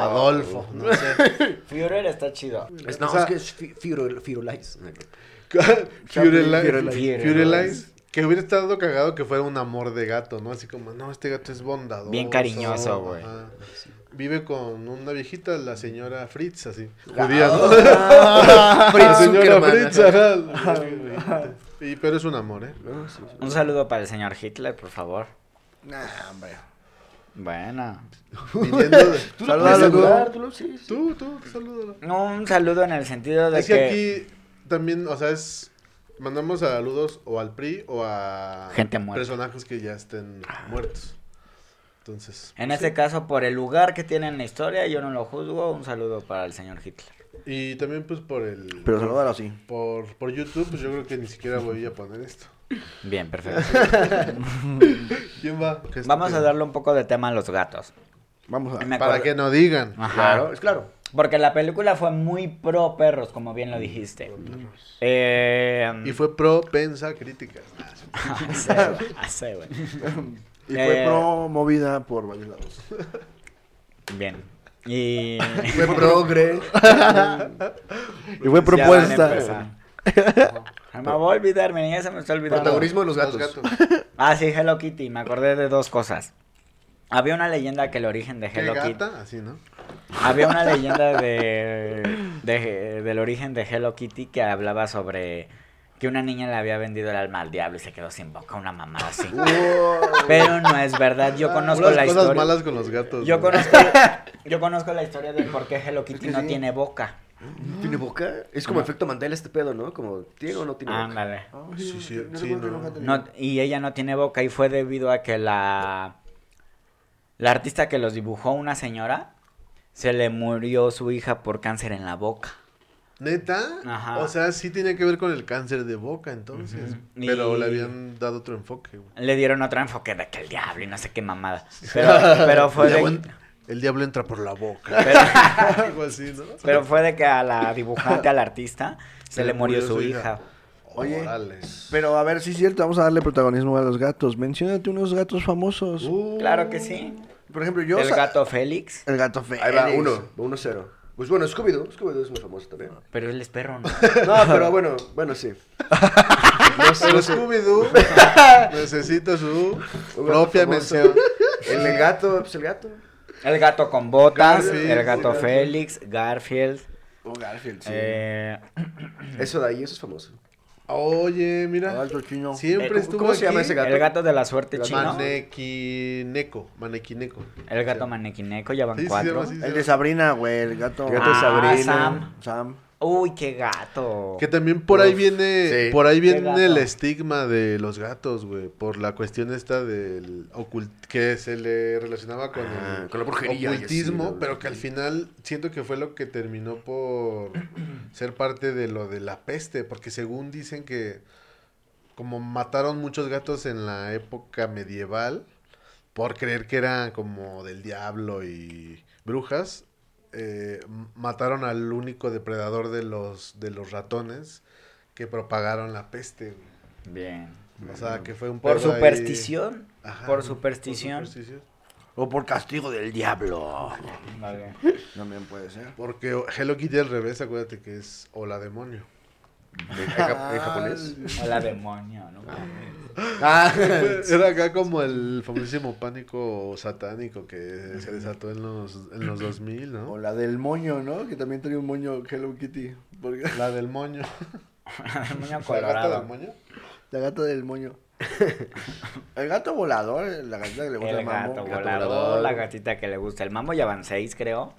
S2: Adolfo, no sé.
S3: Führer está chido.
S5: Es- No,
S2: O sea-
S5: es que es fi- firul- firulais.
S2: Furelize.
S3: Furelize.
S2: Furelize. Que hubiera estado cagado que fuera un amor de gato, ¿no? Así como, no, este gato es bondadoso.
S3: Bien cariñoso, güey.
S2: ajá. Vive con una viejita, la señora Fritz, así.
S3: Ah,
S2: Judía, ¿no? la
S5: Ah, Fritz
S2: señora
S5: Zuckerman.
S2: Fritz, ajá. Y, pero es un amor, ¿eh?
S5: No, sí, sí.
S3: Un saludo para el señor Hitler, por favor.
S4: Nah, hombre.
S3: Bueno.
S2: Viniendo de-
S5: Tú lo
S4: Saludalo,
S5: puedes
S4: tú.
S5: saludar, tú lo- sí, sí.
S2: Tú, tú, salúdalo.
S3: No, un saludo en el sentido de
S2: Es
S3: que...
S2: que aquí también, o sea, es Mandamos saludos o al PRI o a
S3: Gente muerta. Ah.
S2: personajes que ya estén muertos. Entonces.
S3: En
S2: sí.
S3: este caso, por el lugar que tiene en la historia, yo no lo juzgo. Un saludo para el señor Hitler.
S2: Y también pues por el
S4: Pero
S2: por-
S4: salúdalo así.
S2: por, por YouTube, pues yo creo que ni siquiera voy a poner esto.
S3: Bien, perfecto.
S2: ¿Quién va? Qué
S3: Vamos a
S2: estúpido.
S3: darle un poco de tema a los gatos.
S4: Vamos a.
S3: Me
S2: Para
S3: acuerdo-
S2: que no digan.
S3: Ajá.
S5: Claro, es claro.
S3: Porque la película fue muy pro perros, como bien lo dijiste. Eh,
S2: Y fue propensa críticas.
S3: así, güey, así, güey.
S4: Y fue
S3: Eh.
S4: promovida por varios lados.
S3: Bien. Y.
S5: Fue progre.
S4: Y fue
S3: Ya van a
S4: propuesta.
S3: empezar. Me voy a olvidar, me- ya se me está olvidando.
S5: Protagonismo de los gatos.
S3: Ah, sí, Hello Kitty. Me acordé de dos cosas. Había una leyenda que el origen de
S2: ¿Qué
S3: Hello Kitty.
S2: gata? Así, ¿no?
S3: Había una leyenda de, de- del origen de Hello Kitty que hablaba sobre que una niña le había vendido el alma al diablo y se quedó sin boca, una mamada así. Pero no es verdad. Yo conozco
S2: Ah, Puras
S3: la
S2: Uh. cosas
S3: historia.
S2: malas con los gatos.
S3: Yo
S2: ¿no?
S3: conozco, yo conozco la historia de por qué Hello Kitty no tiene boca.
S5: ¿Tiene boca? Es como efecto Mandela este pedo, ¿no? Como, ¿tiene o no tiene boca?
S3: Ándale.
S2: Sí, sí, sí, no.
S3: No, y ella no tiene boca y fue debido a que la la artista que los dibujó una señora se le murió su hija por cáncer en la boca.
S2: ¿Neta?
S3: Ajá.
S2: O sea, sí tenía que ver con el cáncer de boca, entonces.
S3: Ujú.
S2: Pero
S3: Y-
S2: le habían dado otro enfoque, güey.
S3: Le dieron otro enfoque de que el diablo y no sé qué mamada. Pero, pero fue
S2: El
S3: de,
S2: diablo- El diablo entra por la boca.
S3: pero,
S2: Algo así, ¿no?
S3: pero fue de que a la dibujante, al artista, se le murió su hija.
S4: Oye.
S2: Órale.
S4: Pero a ver, sí es cierto, vamos a darle protagonismo a los gatos. Menciónate unos gatos famosos.
S2: Uh,
S3: Claro que sí.
S4: Por ejemplo, yo.
S3: El
S4: sa-
S3: gato Félix.
S4: El gato feo.
S5: Ahí va, uno, va uno cero. Pues bueno, Scooby-Doo, Scooby-Doo es muy famoso también.
S3: Pero él es perro, ¿no?
S5: No, pero bueno, bueno, sí. No sé,
S2: Pero
S5: no sé.
S2: Scooby-Doo necesita su
S5: Un gato
S2: propia
S5: famoso.
S2: mención.
S5: El, el gato, pues el gato.
S3: El gato con botas,
S2: Garfield,
S3: el gato
S2: Garfield.
S3: Félix, Garfield.
S5: Oh,
S4: O Garfield, sí.
S3: eh,
S5: Eso de ahí, eso es famoso.
S2: Oye, mira.
S4: Gato chino.
S2: Siempre
S5: Eh,
S2: estuvo
S5: ¿cómo se llama
S2: aquí
S5: ese gato?
S3: el gato de la suerte chino.
S2: Manequineco. Manequineco.
S3: El gato manequineco, ya van
S2: Sí, sí, se
S3: cuatro.
S2: llama así. se
S4: El
S2: llama.
S4: de Sabrina, güey, el gato.
S5: El gato de
S3: Ah,
S5: Sabrina.
S3: Sam.
S4: Sam.
S3: Uy, qué gato.
S2: Que también por ahí viene,
S5: sí.
S2: por ahí
S3: gato.
S2: viene el estigma de los gatos, güey, por la cuestión esta del ocult que se le relacionaba con
S5: Ah,
S2: el
S5: con la brujería y
S2: ocultismo,
S5: así, la
S2: pero que al final siento que fue lo que terminó por ser parte de lo de la peste, porque según dicen que como mataron muchos gatos en la época medieval por creer que eran como del diablo y brujas, eh, m- mataron al único depredador de los de los ratones que propagaron la peste. güey.
S3: Bien.
S2: O
S5: Mm.
S2: sea, que fue un
S3: Por
S2: pedo ahí-
S3: superstición.
S2: Ajá,
S3: por superstición.
S2: Por superstición.
S4: O por castigo del diablo.
S3: Vale.
S4: También puede ser.
S2: Porque Hello Kitty al revés, acuérdate que es hola demonio.
S5: En, ja- en japonés.
S3: Hola, demonio, ¿no?
S5: Ah,
S2: Era acá como el famosísimo pánico satánico que se desató en los, en los 2000,
S4: O
S2: ¿no?
S4: la del moño, ¿no? Que también tenía un moño Hello Kitty. Porque...
S2: La del moño.
S3: demonio
S2: ¿La gata del
S3: colorado.
S2: moño?
S4: La gata del moño. el gato volador, la gata que le gusta
S3: El
S4: el
S3: gato
S4: mamón.
S3: volador, la gatita que le gusta el mambo, ya van seis, creo.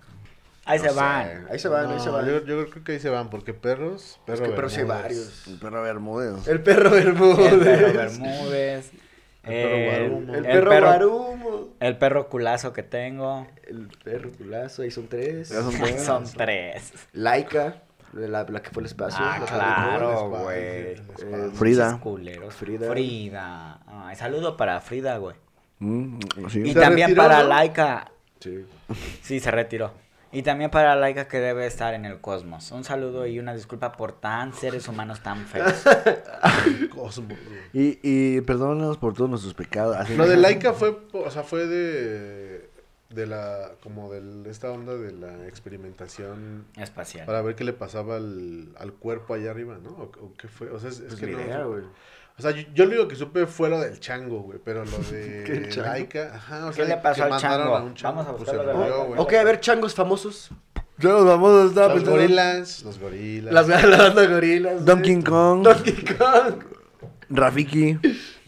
S3: Ahí se
S5: no sé.
S3: van.
S5: Ahí se van, ahí
S2: No,
S5: se van.
S2: Yo, yo creo que ahí se van, porque perros.
S5: es
S2: Perros
S5: que perros sí hay
S2: varios.
S5: varios.
S4: El perro Bermúdez.
S5: El perro
S3: El perro
S5: Bermúdez.
S3: Bermúdez.
S2: El perro Guarumo.
S3: El,
S5: El
S3: el
S5: perro
S3: perro
S5: Barumo.
S3: El perro culazo que tengo.
S5: El perro culazo, ahí son tres.
S4: Ya son tres.
S3: Son tres.
S5: Laika, la, la que fue al espacio.
S3: Ah,
S5: la
S3: claro,
S2: Espacio,
S3: güey.
S2: el
S5: Eh,
S2: espacio.
S4: Frida.
S3: Esos Culeros. Frida.
S5: Frida.
S3: Frida. Ay, saludo para Frida, güey.
S4: Mm, sí.
S3: Y
S2: Se
S3: también
S2: retiró,
S3: para
S2: ¿no?
S3: Laika.
S5: Sí.
S3: Sí, se retiró. Y también para Laika que debe estar en el cosmos. Un saludo y una disculpa por tan seres humanos tan feos.
S2: Cosmo, güey.
S4: Y, y perdónanos por todos nuestros pecados. Así-
S2: Lo de Laika fue, po- o sea, fue de, de la, como de esta onda de la experimentación
S3: Espacial.
S2: para ver qué le pasaba al, al cuerpo allá arriba, ¿no? ¿O, o qué fue? O sea, es, es
S5: Pues
S2: que
S5: ni
S2: no-
S5: idea, güey.
S2: O sea, yo, yo lo único que supe fue lo del chango, güey, pero lo
S5: ¿Qué, el
S2: de
S5: chango?
S2: Laika, ajá, o
S3: ¿Qué
S2: sea,
S3: le pasó
S2: que
S3: al
S2: mataron
S3: chango?
S2: a un chango,
S3: Vamos a
S2: pues se
S3: buscarlo de
S2: murió,
S3: nuevo.
S2: güey.
S5: Ok, a ver, changos famosos.
S4: Ya los famosos estaba
S2: Los
S4: pensando-
S2: gorilas, los gorilas,
S5: Las la banda gorilas.
S4: Donkey Kong,
S5: Donkey Kong.
S4: Rafiki,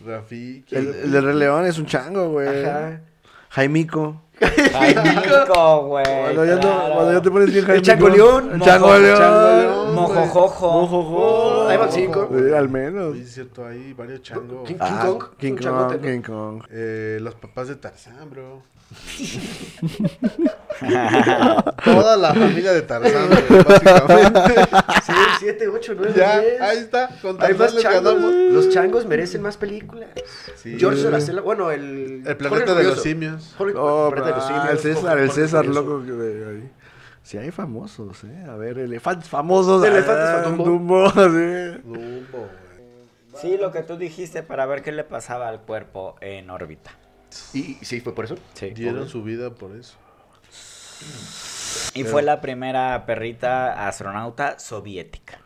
S2: Rafiki,
S4: el, el de Rey León es un chango, güey.
S5: Ajá.
S4: Jaimico,
S3: Pánico, güey.
S4: Cuando ya,
S3: claro.
S4: te, cuando ya te pones bien
S5: El Chango León,
S4: El Chango
S3: Mojo-
S4: León.
S2: Chango
S3: Mojojojo.
S4: Mojojojo.
S5: Ahí van cinco.
S4: Sí, al menos.
S2: Sí, es cierto, ahí varios changos.
S5: King, King
S4: Ah,
S5: Kong.
S4: King
S5: un changote,
S4: Kong,
S5: ¿no?
S4: King Kong.
S2: Eh, los papás de Tarzán, bro. Toda la familia de Tarzán, güey, básicamente.
S5: Sí, siete, ocho, nueve,
S2: ya,
S5: diez.
S2: ahí está. Con
S5: Hay más
S2: Tarzán les
S5: changos.
S2: ganamos.
S5: Los changos merecen más películas.
S2: Sí.
S5: George Soracela, bueno, el.
S2: El
S5: Jorge
S2: planeta de los
S5: Curioso.
S2: simios.
S5: Jorge,
S4: Oh,
S5: el planeta de los
S4: ah,
S5: simios.
S4: el César, el
S5: Jorge
S4: César
S5: Curioso.
S4: loco. Que de ahí. Sí, hay famosos, ¿eh? A ver, elefantes famosos.
S5: Elefantes
S4: ah,
S5: Dumbo.
S4: Dumbo, sí.
S2: Dumbo, güey.
S3: Sí, lo que tú dijiste para ver qué le pasaba al cuerpo en órbita.
S5: Y sí, fue por eso.
S3: Sí.
S2: Dieron su vida por eso.
S3: Y fue la primera perrita astronauta soviética.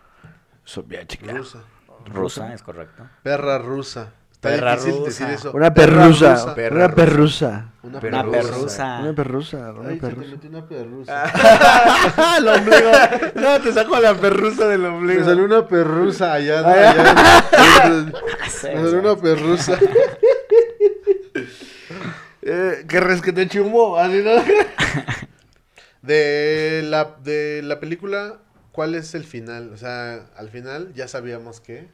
S4: Soviética.
S2: Rusa.
S3: Rusa, es correcto.
S2: Perra rusa. Está
S3: Perra
S2: difícil
S3: rusa.
S2: decir eso.
S4: Una
S2: Perra
S4: perrusa.
S2: rusa.
S4: Una perrusa.
S2: Una
S5: Perra
S2: perra
S3: Una
S5: rusa.
S3: perrusa.
S4: Una perrusa. Una
S2: Ay, se te
S4: perrusa.
S2: metió una perrusa.
S4: el ombligo. No, te saco la perrusa del ombligo.
S2: Me salió una perrusa allá. ¿no?
S4: Allá.
S2: allá.
S3: Sí,
S2: Me salió una perrusa.
S4: Eh, que res que te chumó, así no.
S2: De la, de la película, ¿cuál es el final? O sea, al final ya sabíamos que.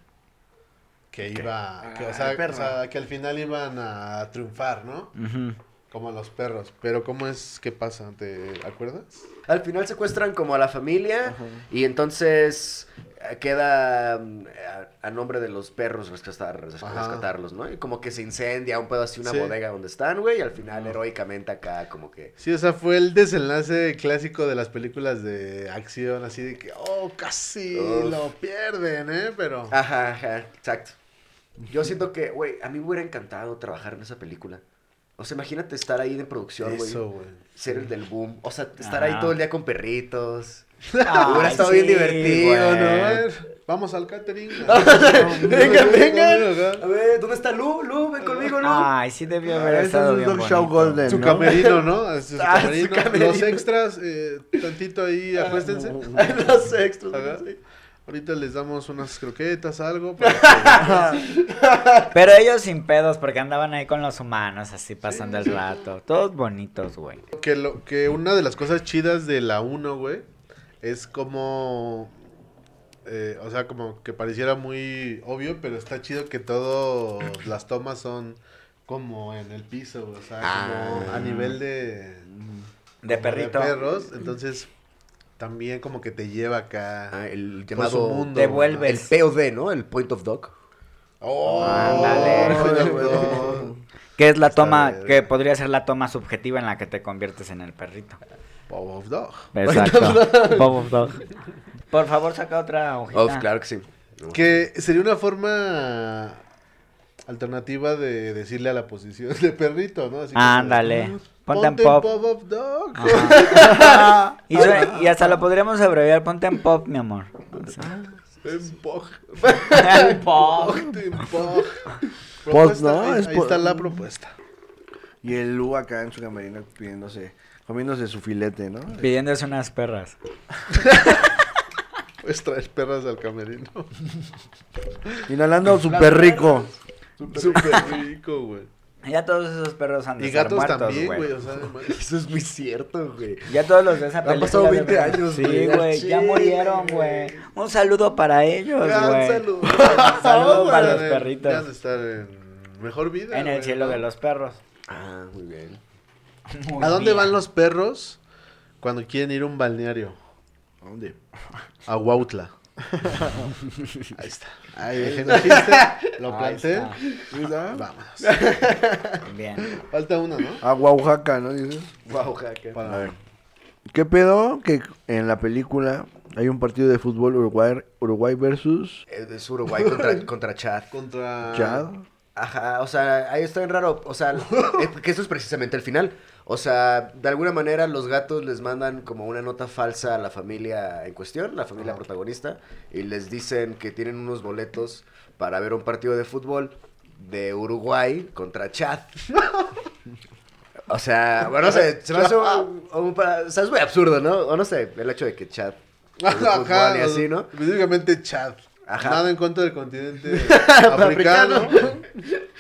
S2: Que iba. Que, o, sea, o sea, que al final iban a triunfar, ¿no?
S3: Ujú.
S2: Como los perros. Pero ¿cómo es que pasa? ¿Te acuerdas?
S5: Al final secuestran como a la familia y entonces eh, queda mm, a, a nombre de los perros rescatar, res-
S2: Ajá.
S5: rescatarlos, ¿no? Y como que se incendia un pedo así una
S2: Sí.
S5: bodega donde están, güey, y al final heroicamente acá como que...
S2: Sí, o sea, fue el desenlace clásico de las películas de acción, así de que, oh, casi
S5: Uf. Ah,
S2: lo pierden, ¿eh? Pero...
S5: Ajá, ajá, exacto. Yo siento que, güey, a mí me hubiera encantado trabajar en esa película. O sea, imagínate estar ahí de producción, güey.
S2: eso, güey.
S5: Ser el del boom. O sea, estar
S3: Ajá.
S5: ahí todo el día con perritos.
S3: Ay,
S5: hubiera estado
S3: sí,
S5: bien divertido,
S2: Bueno, a
S5: ¿no?
S2: ver, vamos al catering.
S5: vengan, vengan. A ver, ¿dónde está Lu? Lu, ven conmigo, Lu.
S3: Ay, sí debió haber
S4: Ese es
S3: estado
S4: un
S3: bien
S4: Dog Show
S3: bonito.
S4: Golden.
S2: Su
S4: ¿no?
S2: camerino, ¿no? Su
S5: Ah, su
S2: camerino.
S5: camerino.
S2: Los extras, eh, tantito ahí, acuéstense.
S5: Los extras.
S2: Ajá.
S5: sí.
S2: Ahorita les damos unas croquetas, algo. para que-
S3: Pero ellos sin pedos, porque andaban ahí con los humanos, así pasando el rato. Todos bonitos, güey.
S2: que, lo, que una de las cosas chidas de la 1, güey, es como... eh, o sea, como que pareciera muy obvio, pero está chido que todo las tomas son como en el piso, o sea, como
S5: Ah.
S2: a nivel de...
S3: De
S2: como
S3: perrito.
S2: De perros, entonces también como que te lleva acá.
S5: Ah, el
S2: Por su
S5: llamado
S2: mundo,
S3: devuelve.
S5: el POD, ¿no? El Point of Dog.
S2: ¡Oh!
S3: Ándale.
S2: ya, perdón.
S3: Que es la
S2: Está
S3: toma,
S2: verga.
S3: que podría ser la toma subjetiva en la que te conviertes en el perrito.
S2: Bob of Dog.
S3: Exacto. Bob of Dog. Por favor, saca otra hojita.
S5: Of, Oh, claro que sí.
S2: Que sería una forma alternativa de decirle a la posición de perrito, ¿no? Así como,
S3: Ándale. Ponte
S2: Ponte,
S3: en
S2: pop.
S3: pop. Ah.
S2: Bob of Dog.
S3: Ajá. y, su- y hasta lo podríamos abreviar. Ponte en pop, mi amor.
S2: En pog.
S3: En pop.
S2: Ponte en pog.
S4: Pos,
S2: Propuesta,
S4: ¿no?
S2: Ahí,
S4: Es
S2: ahí
S4: po-
S2: está la propuesta.
S4: Y el Lu acá en su camerino pidiéndose, comiéndose su filete, ¿no?
S3: Pidiéndose unas perras.
S2: Puedes traer perras al camerino.
S4: Inhalando súper rico.
S2: Súper rico, güey.
S3: Ya todos esos perros han de
S2: Y
S3: estar
S2: gatos
S3: muertos,
S2: también, güey. O sea, además-
S5: Eso es muy cierto, güey.
S3: Ya todos los de esa
S5: Han
S3: película.
S5: pasado
S3: de
S5: 20
S3: verdad.
S5: años,
S3: Sí,
S5: güey.
S3: güey. Ya
S5: Sí,
S3: murieron,
S5: güey.
S3: güey. Un saludo para ellos, Pues,
S2: Gran
S3: güey.
S2: saludo.
S3: Saludo para los
S2: Deben-
S3: perritos.
S2: deben estar en mejor vida.
S3: En el
S2: güey,
S3: cielo
S2: ¿no?
S3: de los perros.
S5: Ah, muy bien.
S2: ¿A dónde van los perros cuando quieren ir a un balneario?
S4: ¿A dónde?
S2: A Huautla. Ahí está. Ahí dejé el chiste, Lo planté. Vámonos.
S3: Bien.
S2: Falta uno, ¿no?
S4: A Oaxaca, ¿no? Dices.
S5: Wow, jaque.
S4: A ver.
S2: Para...
S4: ¿Qué pedo que en la película hay un partido de fútbol Uruguay, Uruguay versus
S5: Eh, Es Uruguay contra, contra Chad.
S2: Contra.
S4: Chad?
S5: Ajá, o sea, ahí está bien raro. O sea, es que eso es precisamente el final. O sea, de alguna manera los gatos les mandan como una nota falsa a la familia en cuestión, la familia protagonista, y les dicen que tienen unos boletos para ver un partido de fútbol de Uruguay contra Chad. O sea, bueno, no sé, se me hace un, un para- o sea, es muy absurdo, ¿no? O no sé, el hecho de que Chad... juega fútbol
S2: Ajá, pues,
S5: y así, ¿no?
S2: Específicamente Chad.
S5: Ajá.
S2: Nada en contra del continente
S5: Africano.
S2: africano.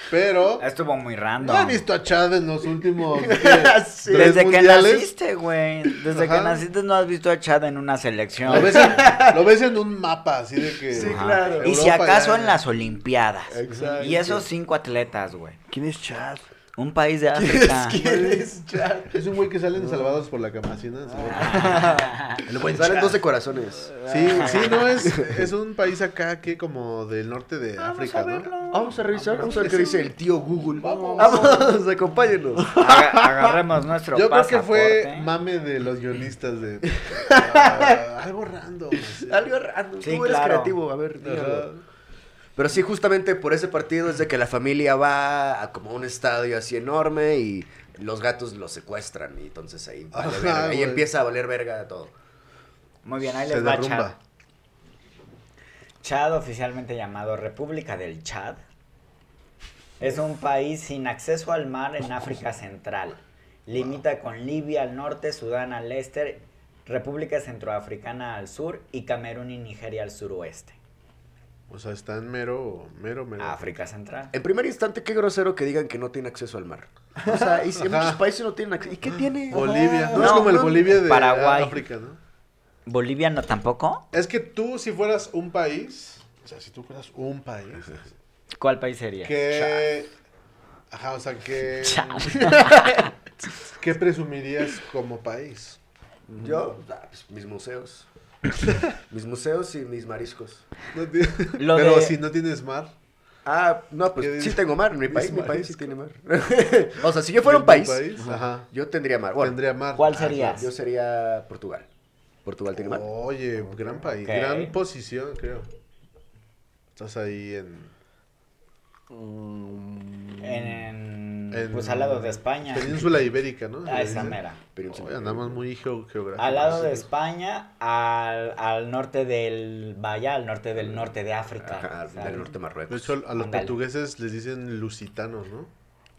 S2: Pero
S3: Estuvo muy
S2: no he
S3: random.
S2: visto a Chávez en los últimos ¿qué?
S5: Sí.
S2: tres
S3: Desde que
S2: mundiales.
S3: naciste, güey. Desde
S2: Ajá.
S3: que naciste no has visto a Chad en una selección.
S2: Lo ves, en, lo ves en un mapa así de que.
S5: Sí,
S3: Ajá.
S5: claro.
S3: Y si
S2: Europa
S3: acaso
S2: ya-
S3: en las Olimpiadas.
S2: Exacto.
S3: Y esos cinco atletas, güey.
S4: ¿Quién es Chad?
S3: Un país de África.
S5: ¿Quién es Chad?
S2: Es un güey que salen salvados por la camacina. ¿sí?
S5: Salen 12 corazones.
S2: Sí, sí, no es, es un país acá que como del norte de África, ¿no?
S5: Vamos a revisar, vamos a ver qué dice el tío Google.
S2: Vamos.
S5: Vamos, acompáñenos.
S3: Aga- agarremos nuestro
S2: Yo creo que fue
S3: pasaporte.
S2: mame de los guionistas de Ah, algo random. así.
S5: Algo raro.
S3: Sí,
S5: Tú eres
S3: claro.
S5: creativo, a ver, dígalo.
S2: Ajá.
S5: Pero sí, justamente por ese partido es de que la familia va a como un estadio así enorme y los gatos los secuestran. Y entonces ahí, vale
S2: Ajá,
S5: verga, ahí
S2: güey.
S5: empieza a valer verga todo.
S3: Muy bien, ahí
S2: Se
S3: les va Chad.
S2: derrumba.
S3: Chad, oficialmente llamado República del Chad, es un país sin acceso al mar en África Central. Limita con Libia al norte, Sudán al este, República Centroafricana al sur y Camerún y Nigeria al suroeste.
S2: O sea, están mero, mero, mero.
S3: África Central.
S2: Eh,
S5: En primer instante, qué grosero que digan que no tienen acceso al mar. O sea, y si en muchos países no tienen acceso. ¿Y qué tiene?
S2: Bolivia. No,
S3: No,
S2: es como el
S3: no,
S2: Bolivia de
S3: Paraguay.
S2: África, ¿no?
S3: ¿Bolivia no tampoco?
S2: Es que tú, si fueras un país, o sea, si tú fueras un país,
S3: ¿Cuál país sería?
S2: que... Ajá, o sea, que...
S3: Chad.
S2: ¿Qué presumirías como país?
S5: Yo, ah, pues, mis museos. mis museos y mis mariscos.
S2: No tiene-
S3: Lo
S2: Pero
S3: de-
S2: si no tienes mar.
S5: Ah, no,
S2: ¿Qué
S5: pues sí
S2: dices?
S5: tengo mar. en Mi
S2: Mis
S5: país, mi país sí
S2: mariscos.
S5: tiene mar. o sea, si yo fuera un
S2: ¿Ningún
S5: país,
S2: Ajá.
S5: yo tendría mar. Bueno,
S2: Tendría mar.
S3: ¿Cuál
S2: Ah,
S3: serías?
S5: Ah,
S3: Oh,
S5: Yo sería Portugal. Portugal tiene mar.
S2: Oye, gran país,
S3: Ok.
S2: gran posición, creo. Estás ahí en
S3: En,
S2: En-
S3: Pues al lado de España.
S2: Península Ibérica, ¿no?
S3: Ah,
S2: Le
S3: esa
S2: dicen.
S3: mera.
S5: Península
S2: Oye, andamos muy geo- geográficos.
S3: Al lado de España, al, al norte del Vaya, al norte del norte de África.
S5: Ajá,
S3: o sea,
S5: del norte de
S2: De
S5: Marruecos.
S2: hecho, a los
S3: Ándale.
S2: portugueses les dicen lusitanos, ¿no?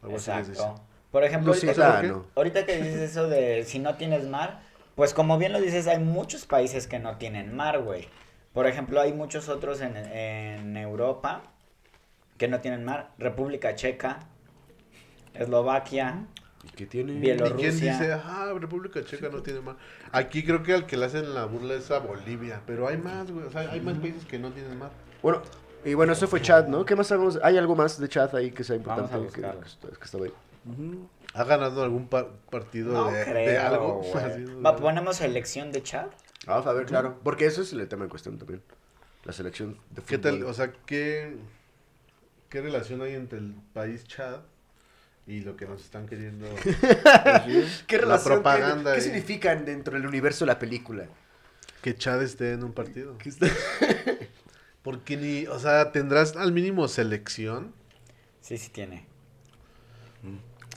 S2: Algo así les dicen.
S3: Exacto. Por ejemplo, ahorita,
S5: Lusitano.
S3: que- ahorita que dices eso de si no tienes mar, pues como bien lo dices, hay muchos países que no tienen mar, güey. Por ejemplo, hay muchos otros en, en Europa que no tienen mar. República Checa, Eslovaquia,
S5: ¿Y qué tiene?
S2: ¿Y quién
S3: Bielorrusia.
S2: dice, ah, República Checa no tiene mar? Aquí creo que al que le hacen la burla es a Bolivia, pero hay más, güey. O sea, hay más países que no tienen mar.
S5: Bueno, y bueno, eso fue Chad, ¿no? ¿Qué más sabemos? ¿Hay algo más de Chad ahí que sea
S3: Vamos a
S5: importante? que,
S3: buscarlo.
S5: que est- que estaba ahí?
S2: ¿Ha ganado algún par- partido
S3: No
S2: de, de
S3: creo,
S2: algo?
S3: güey.
S2: Así, o
S3: Va,
S2: sea,
S3: ponemos elección de Chad.
S5: Vamos a ver, claro. Porque eso es el tema en cuestión también. La selección de fútbol.
S2: ¿Qué tal? O sea, ¿qué, ¿qué relación hay entre el país Chad y lo que nos están queriendo decir?
S5: ¿Qué
S2: La
S5: relación tiene?
S2: propaganda
S5: ¿Qué
S2: y-
S5: significan dentro del universo de la película?
S2: Que Chad esté en un partido. Porque ni, o sea, tendrás al mínimo selección,
S3: Sí, sí tiene.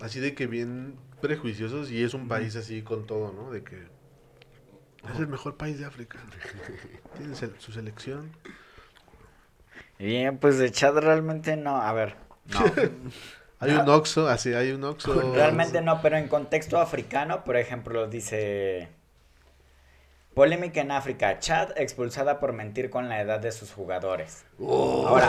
S2: así de que bien prejuiciosos y es un país así con todo, ¿no? De que es el mejor país de África. Tienen se- su selección.
S3: Bien, pues de Chad realmente no. A ver, no.
S2: Hay un Oxxo, así hay un Oxxo.
S3: Ah. Realmente no, pero en contexto africano, por ejemplo, dice... Polémica en África. Chad expulsada por mentir con la edad de sus jugadores. Ahora,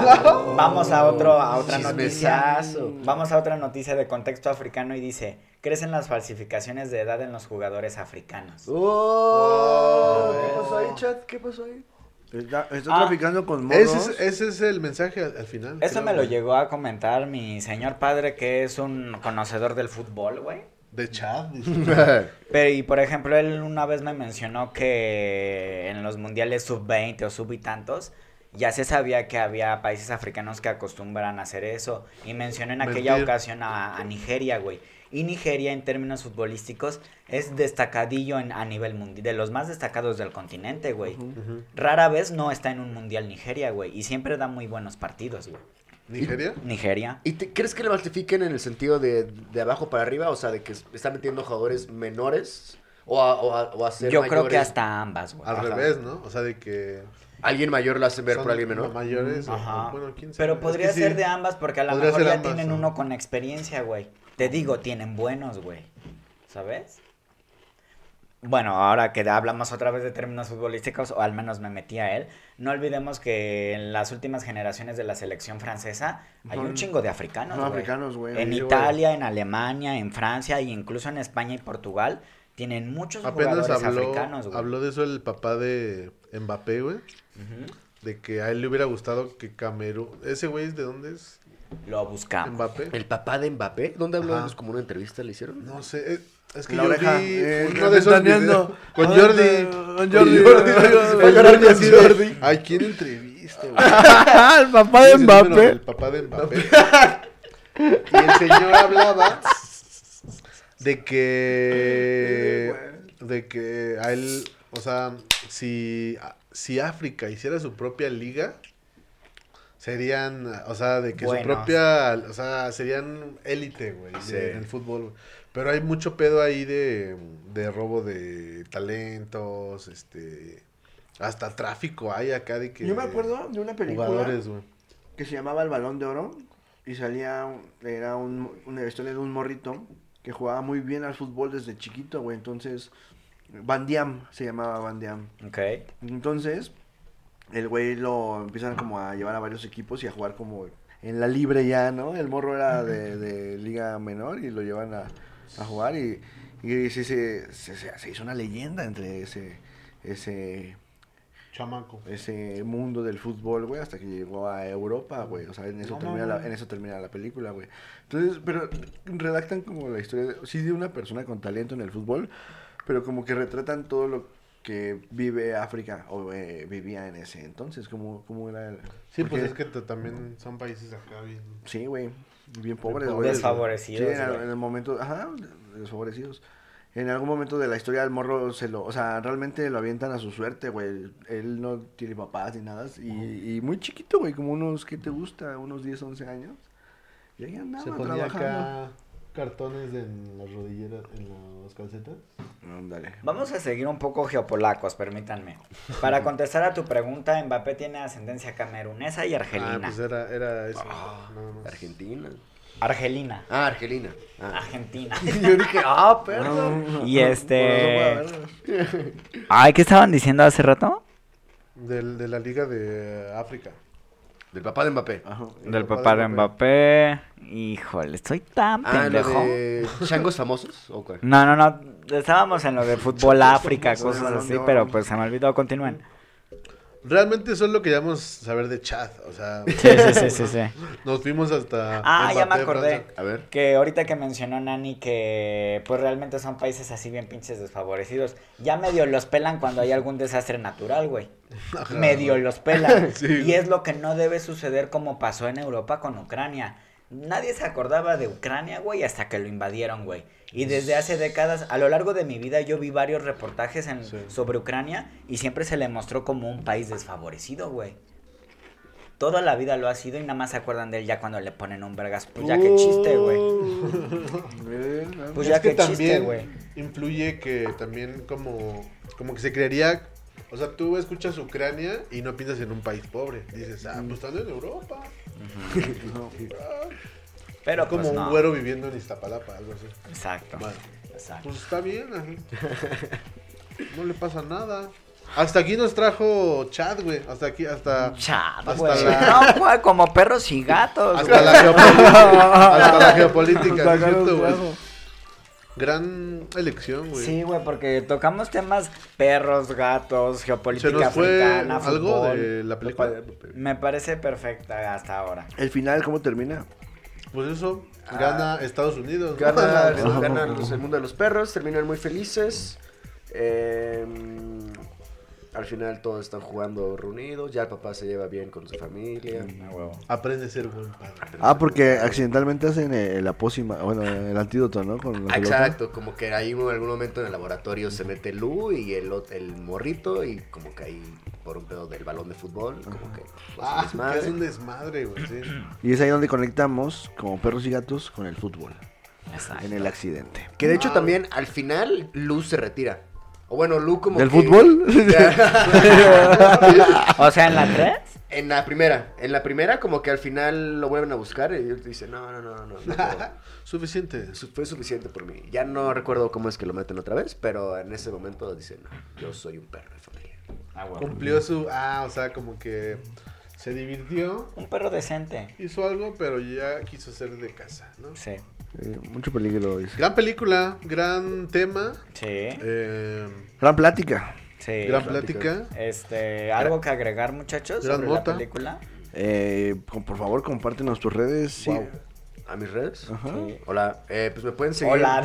S3: vamos a, otro, a otra noticia.
S5: chismesazo.
S3: Vamos a otra noticia de contexto africano y dice... Crecen las falsificaciones de edad en los jugadores
S4: Uh,
S3: africanos.
S5: ¡Oh! ¿Qué pasó ahí, Chad? ¿Qué pasó ahí?
S4: Está, está
S3: Ah.
S4: traficando con modos.
S2: Ese es, ese es el mensaje al, al final.
S3: Eso
S2: creo,
S3: me lo
S2: güey.
S3: llegó a comentar mi señor padre, que es un conocedor del fútbol, güey.
S2: De Chad.
S3: Pero, y por ejemplo, él una vez me mencionó que en los mundiales sub-20 o sub y tantos, ya se sabía que había países africanos que acostumbran a hacer eso. Y mencionó en aquella
S2: Mentir.
S3: ocasión a, a Nigeria, güey. Y Nigeria, en términos futbolísticos, es destacadillo en- a nivel mundial, de los más destacados del continente, güey.
S2: Ujú.
S3: Rara vez no está en un mundial Nigeria, güey. Y siempre da muy buenos partidos, güey.
S2: ¿Nigeria?
S3: Nigeria.
S5: ¿Y te- crees que le falsifiquen en el sentido de, de abajo para arriba? O sea, de que s- están metiendo jugadores menores o a, o a- o a ser
S3: Yo creo que
S5: mayores.
S3: hasta ambas, güey.
S2: Al
S5: Ajá.
S2: revés, ¿no? O sea, de que.
S5: Alguien mayor lo hace ver
S2: son
S5: por alguien menor.
S2: Mayores. o-
S3: Ajá.
S2: Bueno, quién sabe.
S3: Pero
S2: Es
S3: podría
S2: que sí.
S3: ser de ambas porque a lo
S2: Podría
S3: mejor
S2: ser
S3: ya
S2: ambas,
S3: tienen
S2: ¿no?
S3: uno con experiencia, güey. Te digo, tienen buenos, güey. ¿Sabes? bueno, ahora que hablamos otra vez de términos futbolísticos, o al menos me metí a él, no olvidemos que en las últimas generaciones de la selección francesa hay
S4: Ujú.
S3: un chingo de africanos.
S4: No,
S3: güey.
S4: africanos, güey.
S3: En
S4: Sí, güey.
S3: Italia, en Alemania, en Francia e incluso en España y Portugal tienen muchos
S2: Apenas
S3: jugadores
S2: habló,
S3: africanos, güey.
S2: habló de eso el papá de Mbappé, güey. De que a él le hubiera gustado que Camerún. ¿Ese güey es de dónde es?
S3: Lo buscamos.
S2: Mbappé.
S5: ¿El papá de Mbappé? ¿Dónde habló?
S2: Ajá.
S5: Es como una entrevista le hicieron.
S2: No sé. Es, es que
S4: La
S2: yo
S4: oreja,
S2: vi
S4: eh,
S2: uno de esos
S4: ventaneando.
S2: videos con
S4: Ah,
S2: Jordi.
S4: no, con Jordi, con Jordi,
S2: Fue
S4: con
S2: Jordi
S4: Jordi,
S2: así
S4: con
S2: de,
S4: Jordi.
S2: ¿A quién entrevista, güey?
S4: el
S2: Ese
S4: papá Ah, de
S2: es el número
S4: Mbappé.
S2: del papá de Mbappé. y el señor hablaba de que. De que a él. O sea, si, si África hiciera su propia liga, serían. O sea, de que
S3: Buenos.
S2: su propia. O sea, serían élite, güey, de-
S5: Sí.
S2: en el fútbol. güey. Pero hay mucho pedo ahí de, de robo de talentos, este. Hasta tráfico hay acá de que.
S4: Yo me acuerdo de una película
S2: Jugadores, güey.
S4: que se llamaba El Balón de Oro y salía, un- era un, una historia de un morrito que jugaba muy bien al fútbol desde chiquito, güey. Entonces, Van Diam se llamaba Van Diam.
S3: Ok.
S4: Entonces, el güey lo empiezan como a llevar a varios equipos y a jugar como en la libre ya, ¿no? El morro era de, de liga menor y lo llevan a, a jugar y, y sí se, se, se- se hizo una leyenda entre ese, ese,
S2: Chamaco.
S4: ese mundo del fútbol, güey, hasta que llegó a Europa, güey. O sea, en eso,
S2: No
S4: termina, la,
S2: mames.
S4: en eso termina la película, güey. Entonces, pero redactan como la historia, de, sí, de una persona con talento en el fútbol, pero como que retratan todo lo que vive África o eh, vivía en ese entonces, como, como era el...
S2: Sí,
S4: porque-
S2: pues es que t- también son países acá bien.
S4: Sí, güey. Bien pobres,
S2: pobres,
S4: güey.
S3: Desfavorecidos,
S4: Sí, en, al-
S3: güey.
S4: en el momento. Ajá, desfavorecidos. En algún momento de la historia del morro se lo. O sea, realmente lo avientan a su suerte, güey. Él no tiene papás ni nada. Y, y muy chiquito, güey. Como unos, ¿qué te gusta? Unos 10, 11 años. Y ahí andaba
S2: Se ponía
S4: trabajando.
S2: acá cartones en las rodilleras, en las calcetas.
S4: Ándale.
S3: Vamos a seguir un poco geopolacos, permítanme. Para contestar a tu pregunta, Mbappé tiene ascendencia camerunesa y argelina.
S2: Ah, pues era, era eso. nada más.
S5: Argentina.
S3: Argelina.
S5: Ah, Argelina. Ah.
S3: Argentina.
S5: Yo dije, ah, perdón.
S3: Y
S4: Por
S3: este.
S4: eso, güey,
S3: Ay, ¿qué estaban diciendo hace rato?
S2: Del- de la Liga de eh, África.
S5: Del papá de Mbappé.
S4: Ajá.
S3: Del papá de Mbappé. Híjole, estoy tan
S5: Ah, lo
S3: pendejo.
S5: de changos famosos. ¿o cuál?
S3: No, no, no. Estábamos en lo de fútbol África, cosas
S4: Balón de
S3: así,
S4: Oro.
S3: pero pues se me olvidó. Continúen.
S2: Realmente eso es lo que llamamos saber de Chad. O sea,
S3: Sí, sí, sí, sí. sí.
S2: nos fuimos hasta.
S3: Ah, ya me
S2: Mbappé,
S3: acordé.
S2: Francia.
S5: A ver.
S3: Que ahorita que mencionó Nani que pues realmente son países así bien pinches desfavorecidos. Ya medio los pelan cuando hay algún desastre natural, güey. Medio los pelan.
S2: Sí.
S3: Y es lo que no debe suceder como pasó en Europa con Ucrania. Nadie se acordaba de Ucrania, güey, hasta que lo invadieron, güey. Y desde hace décadas, a lo largo de mi vida, yo vi varios reportajes en-
S2: Sí.
S3: sobre Ucrania y siempre se le mostró como un país desfavorecido, güey. Toda la vida lo ha sido y nada más se acuerdan de él ya cuando le ponen un vergas. Pues ya qué chiste, güey.
S4: Bien, ¿no?
S3: Pues
S2: Uh. es
S3: ya
S2: que
S3: que chiste,
S2: también
S3: güey.
S2: influye que también como, como que se crearía, o sea, tú escuchas Ucrania y no piensas en un país pobre, dices, ah, pues están en Europa,
S3: Pero
S2: como
S3: pues,
S2: un
S3: no.
S2: güero viviendo en Iztapalapa, algo así.
S3: Exacto.
S2: Bueno,
S3: Exacto.
S2: pues está bien, ajá. no le pasa nada. Hasta aquí nos trajo Chad, güey, hasta aquí, hasta...
S3: Chado,
S2: Hasta
S3: güey.
S2: la-
S3: No, güey, como perros y gatos,
S2: Hasta
S3: güey.
S2: la geopolítica. hasta la geopolítica, ¿no es
S4: Sacaron
S2: cierto, güey?
S4: trago.
S2: Gran elección, güey.
S3: Sí, güey, porque tocamos temas perros, gatos, geopolítica
S2: Se nos fue
S3: africana,
S2: algo
S3: fútbol.
S2: de la película.
S3: Me parece perfecta hasta ahora.
S4: El final, ¿cómo termina?
S2: Pues eso,
S3: Ah.
S2: gana Estados Unidos. ¿no?
S5: Gana, gana los- el mundo de los perros, terminan muy felices. eh, al final todos están jugando reunidos, ya el papá se lleva bien con su familia.
S2: Aprende a ser buen padre.
S4: Ah, porque accidentalmente hacen eh, la pócima, bueno, el antídoto, ¿no? Con los
S5: Ah, Exacto, como que ahí en algún momento en el laboratorio se mete Lu y el, ot- el morrito y como que ahí por un pedo del balón de fútbol, como que... pues,
S2: Ah,
S5: desmadre.
S2: que es un desmadre, güey. sí.
S4: Y es ahí donde conectamos, como perros y gatos, con el fútbol,
S3: Exacto.
S4: en el accidente.
S5: Que de hecho también al final Lu se retira. O bueno, Lu como
S4: ¿Del
S5: que-
S4: fútbol?
S2: Ah,
S3: O sea, en la 3.
S5: En la primera, en la primera como que al final lo vuelven a buscar y él dice, no, no, no, no, no, no. puedo".
S2: Suficiente.
S5: Su- Fue suficiente por mí. Ya no recuerdo cómo es que lo meten otra vez, pero en ese momento dice, no, yo soy un perro de familia.
S2: Cumplió su. Ah, o sea, como que se divirtió,
S3: Un perro decente.
S2: hizo algo, pero ya quiso ser de casa, ¿no?
S3: Sí.
S4: Eh, mucho peligro, dice.
S2: Gran película, gran tema,
S3: Sí.
S2: eh,
S4: Gran plática.
S3: Sí.
S2: gran plática.
S3: Este, algo que agregar, muchachos,
S2: Gran
S3: sobre
S2: mota.
S3: la película.
S4: Eh, con- por favor, compártenos tus redes. sí.
S5: Wow. ¿A mis redes?
S4: Ajá.
S3: Sí.
S5: Hola, eh, pues me pueden seguir.
S3: Hola.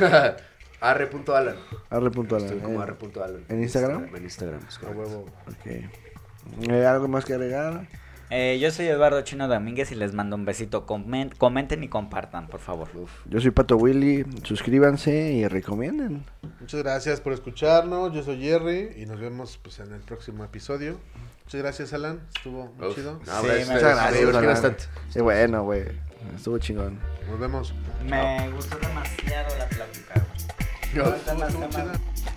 S5: Hola. Arre.alan.
S4: Arre punto Alan,
S5: Estoy como Este,
S4: eh.
S5: arre.alan.
S4: ¿En Instagram?
S5: En Instagram, es
S2: A
S5: correcto.
S2: huevo.
S4: Ok. Eh, ¿Algo más que agregar?
S3: Eh, yo soy Eduardo Chino Domínguez y les mando un besito. Comen- comenten y compartan, por favor.
S4: Yo soy Pato Willy. Suscríbanse y recomienden.
S2: Muchas gracias por escucharnos. Yo soy Jerry y nos vemos pues en el próximo episodio. Muchas gracias, Alan. Estuvo muy
S5: Uf.
S2: chido.
S5: No,
S3: Sí,
S5: pues,
S3: me-
S5: gracias, me
S3: Muchas
S4: gracias,
S5: divertí
S4: Alan.
S5: bastante.
S4: Qué Eh, bueno, güey. Estuvo chingón.
S2: Nos vemos.
S3: Me gustó demasiado la plática. güey.
S2: Estuvo- estuvo chida.